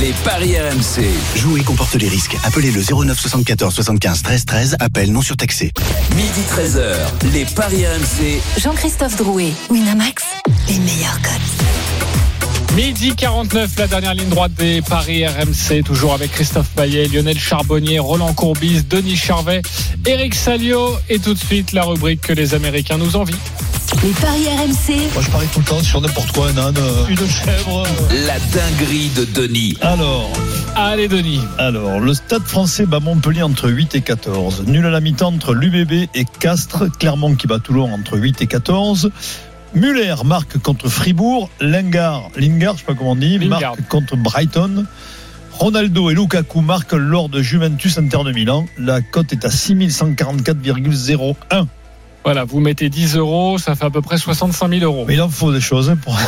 [SPEAKER 7] Les paris RMC.
[SPEAKER 12] Jouer comporte les risques. Appelez le 09 74 75 13 13. Appel non surtaxé.
[SPEAKER 7] Midi 13h, les paris RMC.
[SPEAKER 2] Jean-Christophe Drouet, Winamax, les meilleurs codes.
[SPEAKER 1] Midi 49, la dernière ligne droite des Paris RMC, toujours avec Christophe Payet, Lionel Charbonnier, Roland Courbis, Denis Charvet, Eric Salio et tout de suite la rubrique que les Américains nous envient.
[SPEAKER 2] Les paris RMC,
[SPEAKER 5] Moi, je parie tout le temps sur n'importe quoi, un âne, euh, une chèvre.
[SPEAKER 7] La dinguerie de Denis.
[SPEAKER 5] Alors.
[SPEAKER 1] Allez, Denis.
[SPEAKER 5] Alors, le stade français bat Montpellier entre 8 et 14. Nul à la mi-temps entre l'UBB et Castres. Clermont qui bat Toulon entre 8 et 14. Muller marque contre Fribourg. Lingard, Lingard, je sais pas comment on dit,
[SPEAKER 1] Lingard.
[SPEAKER 5] marque contre Brighton. Ronaldo et Lukaku marquent lors de Juventus Inter de Milan. La cote est à 6144,01.
[SPEAKER 1] Voilà, vous mettez 10 euros, ça fait à peu près 65 000 euros.
[SPEAKER 5] Mais il en faut des choses. hein, pour...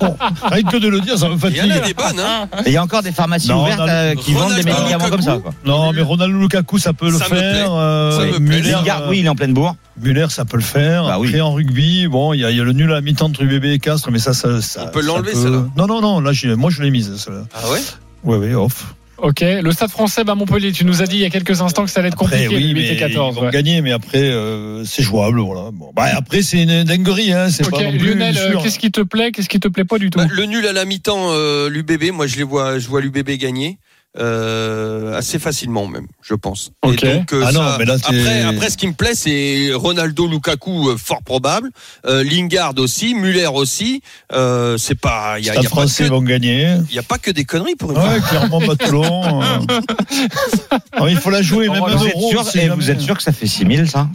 [SPEAKER 5] Bon, rien que de le dire, ça me
[SPEAKER 6] Il y en
[SPEAKER 5] fatigue.
[SPEAKER 6] a des bonnes hein.
[SPEAKER 8] Et il y a encore des pharmacies
[SPEAKER 5] Non,
[SPEAKER 8] ouvertes
[SPEAKER 5] Nadal-
[SPEAKER 8] euh, qui vendent des
[SPEAKER 6] Ronaldo,
[SPEAKER 8] médicaments comme ça quoi.
[SPEAKER 5] Non, mais Ronaldo Lukaku, ça peut le
[SPEAKER 6] Ça me
[SPEAKER 5] faire.
[SPEAKER 6] plaît.
[SPEAKER 5] euh,
[SPEAKER 6] Ça me plaît.
[SPEAKER 5] Muller,
[SPEAKER 8] Lingard,
[SPEAKER 5] euh,
[SPEAKER 8] oui, il est en pleine bourre.
[SPEAKER 5] Muller, ça peut le faire.
[SPEAKER 8] Bah oui.
[SPEAKER 5] Après, en rugby, bon, il y, a- il y a le nul à la mi-temps entre UBB et Castres, mais ça, ça, ça-
[SPEAKER 6] On peut
[SPEAKER 5] ça
[SPEAKER 6] l'enlever, celle-là
[SPEAKER 5] Non, non, non. Là, j'ai- moi, je l'ai mise. Celle-là.
[SPEAKER 6] Ah ouais
[SPEAKER 5] Oui, oui, off.
[SPEAKER 1] Ok, le Stade français bat Montpellier. Tu nous as dit il y a quelques instants que ça allait être compliqué,
[SPEAKER 5] Après, oui,
[SPEAKER 1] le
[SPEAKER 5] mais
[SPEAKER 1] 8 et 14.
[SPEAKER 5] ils vont
[SPEAKER 1] ouais.
[SPEAKER 5] gagner, mais après, euh, c'est jouable, voilà. Bon, bah, après, c'est une dinguerie, hein. C'est
[SPEAKER 1] Ok,
[SPEAKER 5] pas non plus
[SPEAKER 1] Lionel, euh,
[SPEAKER 5] sûr.
[SPEAKER 1] qu'est-ce qui te plaît, qu'est-ce qui te plaît pas du tout
[SPEAKER 6] Bah, le nul à la mi-temps, euh, l'UBB, moi je les vois, je vois l'UBB gagner. euh, assez facilement même, je pense. Et
[SPEAKER 1] Ok.
[SPEAKER 6] donc, euh,
[SPEAKER 5] Ah non,
[SPEAKER 6] ça-
[SPEAKER 5] mais là, t'es-
[SPEAKER 6] après, après, ce qui me plaît, c'est Ronaldo, Lukaku, euh, fort probable, euh, Lingard aussi, Muller aussi. Euh, c'est pas, il y a,
[SPEAKER 5] Les
[SPEAKER 6] il y a pas
[SPEAKER 5] Français
[SPEAKER 6] que,
[SPEAKER 5] vont gagner.
[SPEAKER 6] il y a pas que des conneries pour une fois.
[SPEAKER 5] Ouais, clairement, Battelon. hein. il faut la jouer,
[SPEAKER 6] Oh,
[SPEAKER 5] même un
[SPEAKER 8] Oh, Vous êtes
[SPEAKER 5] euro.
[SPEAKER 8] sûr
[SPEAKER 5] c'est
[SPEAKER 8] eh,
[SPEAKER 5] jamais-
[SPEAKER 8] vous êtes sûr que ça fait 6000 ça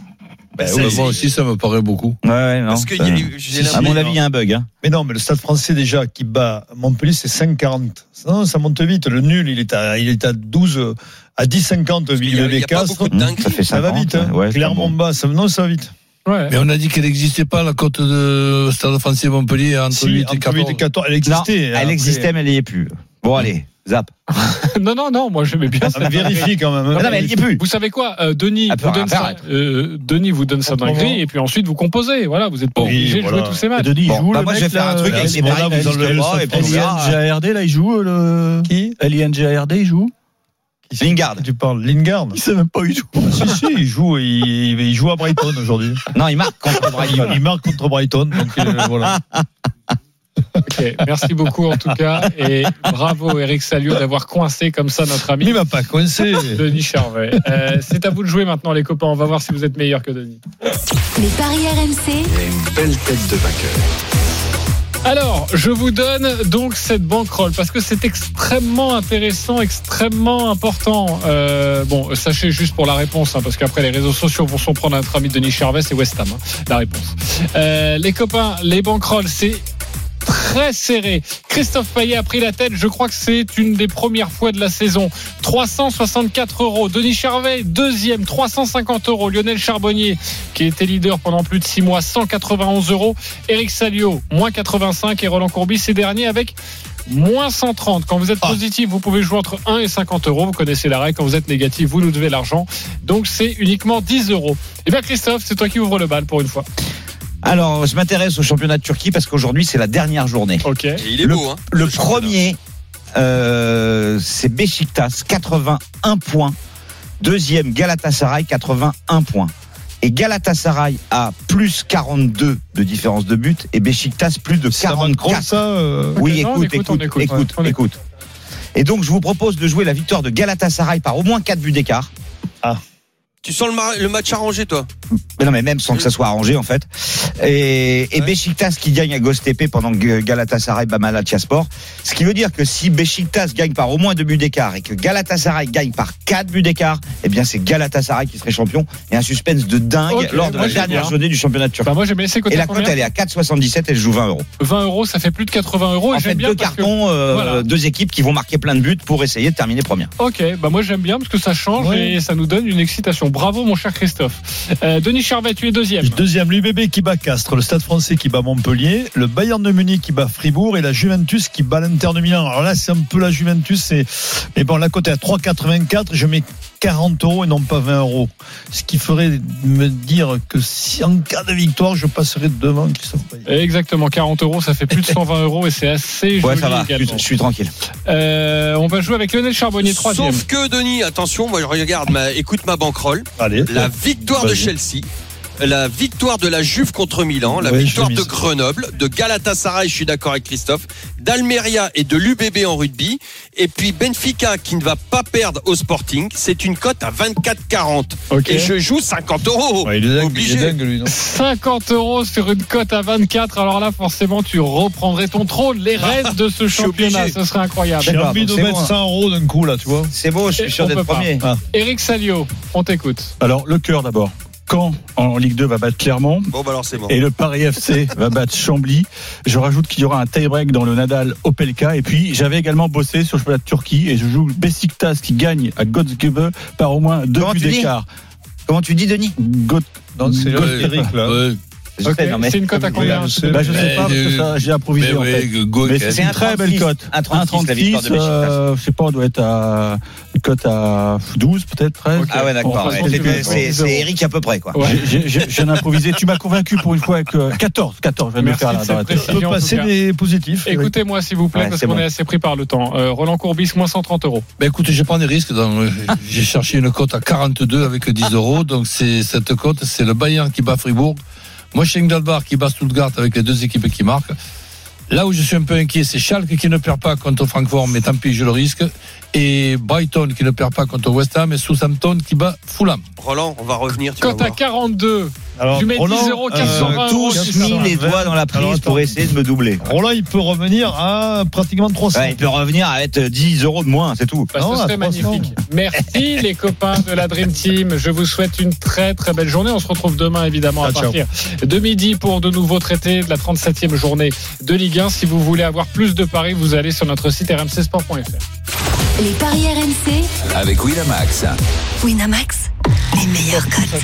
[SPEAKER 5] Bah
[SPEAKER 4] Eh
[SPEAKER 5] oui,
[SPEAKER 4] ben,
[SPEAKER 5] c'est-
[SPEAKER 4] moi aussi, ça me paraît beaucoup.
[SPEAKER 8] Ouais, ouais, non.
[SPEAKER 6] Parce que
[SPEAKER 8] ça-
[SPEAKER 6] il y a- j'ai
[SPEAKER 8] à mon
[SPEAKER 6] l'impression-
[SPEAKER 8] avis, il y a un bug hein.
[SPEAKER 5] Mais non, mais le Stade français déjà qui bat Montpellier, c'est 5,40. Non, ça monte vite. Le nul, il est à, il est à 12, euh, à 10,50
[SPEAKER 6] il y a- il y
[SPEAKER 5] BB
[SPEAKER 6] a pas beaucoup
[SPEAKER 5] Castres.
[SPEAKER 6] de dingues.
[SPEAKER 8] Ça fait 50.
[SPEAKER 5] Ça va vite, hein.
[SPEAKER 8] ouais, c'est pas
[SPEAKER 5] Clairement
[SPEAKER 8] bon.
[SPEAKER 5] bas. Ça, non, ça va vite.
[SPEAKER 1] Ouais.
[SPEAKER 4] Mais on a dit qu'elle n'existait pas, la côte de Stade français Montpellier entre
[SPEAKER 5] Si,
[SPEAKER 4] 8 et
[SPEAKER 5] entre 8
[SPEAKER 4] 14.
[SPEAKER 5] et 14, elle
[SPEAKER 8] Non,
[SPEAKER 5] existait. hein,
[SPEAKER 8] elle
[SPEAKER 5] après.
[SPEAKER 8] existait mais elle n'y est plus. Bon allez, Zap.
[SPEAKER 1] non, non, non, moi j'aimais bien
[SPEAKER 8] Ah,
[SPEAKER 1] ça.
[SPEAKER 8] mais vérifie
[SPEAKER 5] quand même. hein.
[SPEAKER 8] Non, mais elle dit plus.
[SPEAKER 1] Vous savez quoi euh, Denis,
[SPEAKER 8] Ah,
[SPEAKER 1] vous donne
[SPEAKER 8] arrête.
[SPEAKER 1] ça, euh, Denis vous donne ça dans le
[SPEAKER 8] Autrement.
[SPEAKER 1] gris et puis ensuite vous composez. Voilà, vous êtes pas
[SPEAKER 5] Oui,
[SPEAKER 1] obligé de jouer
[SPEAKER 5] voilà.
[SPEAKER 1] tous ces matchs.
[SPEAKER 9] Denis, il joue
[SPEAKER 8] bah,
[SPEAKER 9] le
[SPEAKER 8] moi, je
[SPEAKER 9] mec,
[SPEAKER 8] vais faire
[SPEAKER 9] là,
[SPEAKER 8] un truc avec
[SPEAKER 9] euh,
[SPEAKER 8] les
[SPEAKER 9] bon,
[SPEAKER 8] paris
[SPEAKER 9] là, vous
[SPEAKER 8] jusqu'à
[SPEAKER 9] enlevez le
[SPEAKER 8] moi, et puis on verra.
[SPEAKER 9] LINGARD, là, il joue euh, le.
[SPEAKER 5] hein. Qui
[SPEAKER 9] LINGARD, il joue
[SPEAKER 8] ah, Lingard.
[SPEAKER 5] Tu parles Lingard
[SPEAKER 9] Il sait même pas où il joue.
[SPEAKER 5] Si, si, il joue, il, il joue à Brighton aujourd'hui.
[SPEAKER 8] Non, il marque contre Brighton.
[SPEAKER 5] Il marque contre Brighton, donc euh, voilà.
[SPEAKER 1] Ok, Merci beaucoup en tout cas et bravo Eric Salio d'avoir coincé comme ça notre ami.
[SPEAKER 5] Il m'a pas coincé.
[SPEAKER 1] Denis Charvet. Euh, c'est à vous de jouer maintenant, les copains. On va voir si vous êtes meilleurs que Denis.
[SPEAKER 2] Les paris RMC,
[SPEAKER 12] Il a une belle tête de vainqueur.
[SPEAKER 1] Alors, je vous donne donc cette banquerolle parce que c'est extrêmement intéressant, extrêmement important. Euh, bon, sachez juste pour la réponse, hein, parce qu'après les réseaux sociaux vont s'en prendre à notre ami Denis Charvet, c'est West Ham, hein, la réponse. Euh, les copains, les banquerolles, c'est très serré. Christophe Payet a pris la tête. Je crois que c'est une des premières fois de la saison. 364 euros. Denis Charvet, deuxième, 350 euros. Lionel Charbonnier, qui était leader pendant plus de 6 mois, 191 euros. Eric Salio, moins 85. Et Roland Courbis, ces derniers avec moins 130. Quand vous
[SPEAKER 8] Ah.
[SPEAKER 1] êtes positif, vous pouvez jouer entre 1 et 50 euros. Vous connaissez la règle. Quand vous êtes négatif, vous nous devez l'argent. Donc c'est uniquement 10 euros. Et bien Christophe, c'est toi qui ouvre le bal pour une fois.
[SPEAKER 8] Alors, je m'intéresse au championnat de Turquie parce qu'aujourd'hui, c'est la dernière journée.
[SPEAKER 1] Ok.
[SPEAKER 6] Et il est beau, hein.
[SPEAKER 8] Le
[SPEAKER 6] championnat.
[SPEAKER 8] premier, euh, c'est Besiktas, 81 points. Deuxième, Galatasaray, 81 points. Et Galatasaray a plus 42 de différence de but et Besiktas plus de
[SPEAKER 5] C'est un match gros,
[SPEAKER 8] 44.
[SPEAKER 5] ça. euh,
[SPEAKER 8] Oui,
[SPEAKER 1] Non,
[SPEAKER 8] écoute,
[SPEAKER 1] on écoute, on
[SPEAKER 8] écoute, écoute,
[SPEAKER 1] écoute,
[SPEAKER 8] écoute,
[SPEAKER 1] ouais, on
[SPEAKER 8] Et donc, je vous propose de jouer la victoire de Galatasaray par au moins 4 buts d'écart.
[SPEAKER 6] Tu sens le, mar- le match arrangé, toi
[SPEAKER 8] Mais non, mais même sans que ça soit arrangé, en fait. Et, et
[SPEAKER 6] Ouais.
[SPEAKER 8] Beşiktaş qui gagne à Göztepe pendant que Galatasaray bat Malatyaspor. Ce qui veut dire que si Beşiktaş gagne par au moins deux buts d'écart et que Galatasaray gagne par quatre buts d'écart, eh bien, c'est Galatasaray qui serait champion. Et un suspense de dingue
[SPEAKER 1] Ok,
[SPEAKER 8] lors de
[SPEAKER 1] moi,
[SPEAKER 8] la
[SPEAKER 1] j'aime
[SPEAKER 8] dernière
[SPEAKER 1] bien.
[SPEAKER 8] journée du championnat de Turquie.
[SPEAKER 1] Bah moi j'aime bien laisser côté
[SPEAKER 8] Et la cote, elle est à 4,77 et je joue 20 euros.
[SPEAKER 1] 20 euros, ça fait plus de 80 euros. et
[SPEAKER 8] En
[SPEAKER 1] j'aime
[SPEAKER 8] fait,
[SPEAKER 1] bien
[SPEAKER 8] deux
[SPEAKER 1] parce que-
[SPEAKER 8] cartons, euh,
[SPEAKER 1] voilà.
[SPEAKER 8] deux équipes qui vont marquer plein de buts pour essayer de terminer première.
[SPEAKER 1] Ok, bah moi j'aime bien parce que ça change
[SPEAKER 5] Ouais.
[SPEAKER 1] et ça nous donne une excitation. Bravo mon cher Christophe. Euh, Denis Charvet, tu es deuxième.
[SPEAKER 5] Deuxième, l'UBB qui bat Castres, le Stade français qui bat Montpellier, le Bayern de Munich qui bat Fribourg et la Juventus qui bat l'Inter de Milan. Alors là, c'est un peu la Juventus, c'est. Mais bon, la cote est à 3,84, je mets 40 euros et non pas 20 euros. Ce qui ferait me dire que si en cas de victoire, je passerai devant Christophe Payet.
[SPEAKER 1] Exactement, 40 euros, ça fait plus de 120 euros et c'est assez
[SPEAKER 8] Ouais,
[SPEAKER 1] joli
[SPEAKER 8] ça va. Je
[SPEAKER 1] également.
[SPEAKER 8] suis- je suis tranquille.
[SPEAKER 1] Euh, on va jouer avec Lionel Charbonnier, troisième.
[SPEAKER 6] Sauf que, Denis, attention, moi, je regarde, ma, écoute ma banquerolle.
[SPEAKER 5] Allez.
[SPEAKER 6] La victoire de
[SPEAKER 5] Vas-y.
[SPEAKER 6] Chelsea. La victoire de la Juve contre Milan, la
[SPEAKER 5] Ouais,
[SPEAKER 6] victoire
[SPEAKER 5] j'ai mis
[SPEAKER 6] de
[SPEAKER 5] ça.
[SPEAKER 6] Grenoble, de Galatasaray, je suis d'accord avec Christophe, d'Almeria et de l'UBB en rugby, et puis Benfica qui ne va pas perdre au Sporting, c'est une cote à 24,40.
[SPEAKER 1] Ok.
[SPEAKER 6] Et je joue 50 euros.
[SPEAKER 5] Ouais, il est dingue,
[SPEAKER 6] Obligé.
[SPEAKER 5] il est dingue, lui, non
[SPEAKER 1] 50 euros sur une cote à 24. Alors là, forcément, tu reprendrais ton trône, les rênes de ce
[SPEAKER 6] Je suis obligé.
[SPEAKER 1] championnat. Ce serait incroyable.
[SPEAKER 5] J'ai
[SPEAKER 8] D'accord,
[SPEAKER 5] envie de
[SPEAKER 8] donc c'est
[SPEAKER 5] mettre
[SPEAKER 8] bon, hein.
[SPEAKER 5] 100 euros d'un coup, là, tu vois.
[SPEAKER 8] C'est beau, je suis sûr
[SPEAKER 1] On
[SPEAKER 8] d'être
[SPEAKER 1] peut pas. Ah.
[SPEAKER 8] premier.
[SPEAKER 1] Eric Salio, on t'écoute.
[SPEAKER 9] Alors, le cœur d'abord. Caen en Ligue 2 va battre Clermont
[SPEAKER 6] Bon, bah alors c'est bon.
[SPEAKER 9] et le Paris FC va battre Chambly. Je rajoute qu'il y aura un tie-break dans le Nadal Opelka. Et puis, j'avais également bossé sur le championnat de Turquie et je joue Besiktas qui gagne à Götzgebe par au moins deux
[SPEAKER 8] Comment
[SPEAKER 9] buts
[SPEAKER 8] tu dis
[SPEAKER 9] d'écart.
[SPEAKER 8] Comment tu dis, Denis
[SPEAKER 9] Göt-
[SPEAKER 5] Non, c'est
[SPEAKER 9] Göt-
[SPEAKER 5] Eric, là.
[SPEAKER 4] Ouais,
[SPEAKER 8] Je
[SPEAKER 1] Ok,
[SPEAKER 8] sais, non, mais-
[SPEAKER 1] C'est une cote à combien
[SPEAKER 5] Ouais, je sais.
[SPEAKER 9] Bah, je sais
[SPEAKER 4] Mais,
[SPEAKER 9] pas parce que
[SPEAKER 4] euh,
[SPEAKER 9] ça, j'ai
[SPEAKER 4] mais
[SPEAKER 9] improvisé en fait.
[SPEAKER 4] ouais, Go-
[SPEAKER 9] Mais
[SPEAKER 4] Go-
[SPEAKER 9] c'est une très
[SPEAKER 8] 1,36,
[SPEAKER 9] belle cote.
[SPEAKER 8] 1,36, la victoire de
[SPEAKER 9] 1,36, euh, je sais pas, on doit être à une cote à 12 peut-être 13.
[SPEAKER 8] Ah ouais,
[SPEAKER 9] Bon,
[SPEAKER 8] d'accord.
[SPEAKER 9] de
[SPEAKER 8] ouais.
[SPEAKER 9] toute façon, tu vas-
[SPEAKER 8] C'est- C'est c'est Eric à peu près, quoi.
[SPEAKER 1] Ouais.
[SPEAKER 9] J'ai- j'ai- J'en ai improvisé. Tu m'as convaincu pour une fois avec euh, 14. 14, je vais me
[SPEAKER 1] Merci
[SPEAKER 9] faire
[SPEAKER 1] de
[SPEAKER 9] là
[SPEAKER 1] cette
[SPEAKER 9] dans la tête.
[SPEAKER 5] Je peux
[SPEAKER 1] en tout
[SPEAKER 5] passer
[SPEAKER 1] cas.
[SPEAKER 5] des positifs. Eric.
[SPEAKER 1] Écoutez-moi, s'il vous plaît,
[SPEAKER 8] Ouais,
[SPEAKER 1] parce
[SPEAKER 8] c'est
[SPEAKER 1] qu'on
[SPEAKER 8] bon.
[SPEAKER 1] est assez pris par le temps. Euh, Roland Courbis, moins 130 euros.
[SPEAKER 4] Bah écoute, je prends des risques. dans- euh, J'ai cherché une cote à 42 avec 10 euros. Donc c'est cette cote, c'est le Bayern qui bat Fribourg. Moi, Mönchengladbach qui bat Stuttgart avec les deux équipes qui marquent. Là où je suis un peu inquiet, c'est Schalke qui ne perd pas contre Francfort, mais tant pis, je le risque. Et Brighton qui ne perd pas contre West Ham et Southampton qui bat Fulham.
[SPEAKER 6] Roland, on va revenir. Tu vas
[SPEAKER 1] Cote à
[SPEAKER 6] voir.
[SPEAKER 1] 42.
[SPEAKER 5] Alors,
[SPEAKER 1] Tu mets 10
[SPEAKER 9] Oh,
[SPEAKER 1] euros,
[SPEAKER 5] euh,
[SPEAKER 1] 80 euros.
[SPEAKER 5] tous
[SPEAKER 8] J'ai mis les doigts dans la
[SPEAKER 5] Alors,
[SPEAKER 8] prise
[SPEAKER 5] attends.
[SPEAKER 8] pour essayer de me doubler.
[SPEAKER 5] Roland, il peut revenir à pratiquement 300.
[SPEAKER 8] Ouais, il peut revenir avec euh, 10 euros de moins, c'est tout.
[SPEAKER 1] Bah,
[SPEAKER 5] Ah ouais,
[SPEAKER 1] ce serait
[SPEAKER 5] franchement.
[SPEAKER 1] magnifique. Merci les copains de la Dream Team. Je vous souhaite une très très belle journée. On se retrouve demain évidemment à
[SPEAKER 5] Ah, ciao.
[SPEAKER 1] partir de midi pour de nouveaux traités de la 37e journée de Ligue 1. Si vous voulez avoir plus de paris, vous allez sur notre site rmcsport.fr.
[SPEAKER 2] les paris RMC,
[SPEAKER 7] Avec Winamax.
[SPEAKER 2] Winamax, les meilleurs cotes.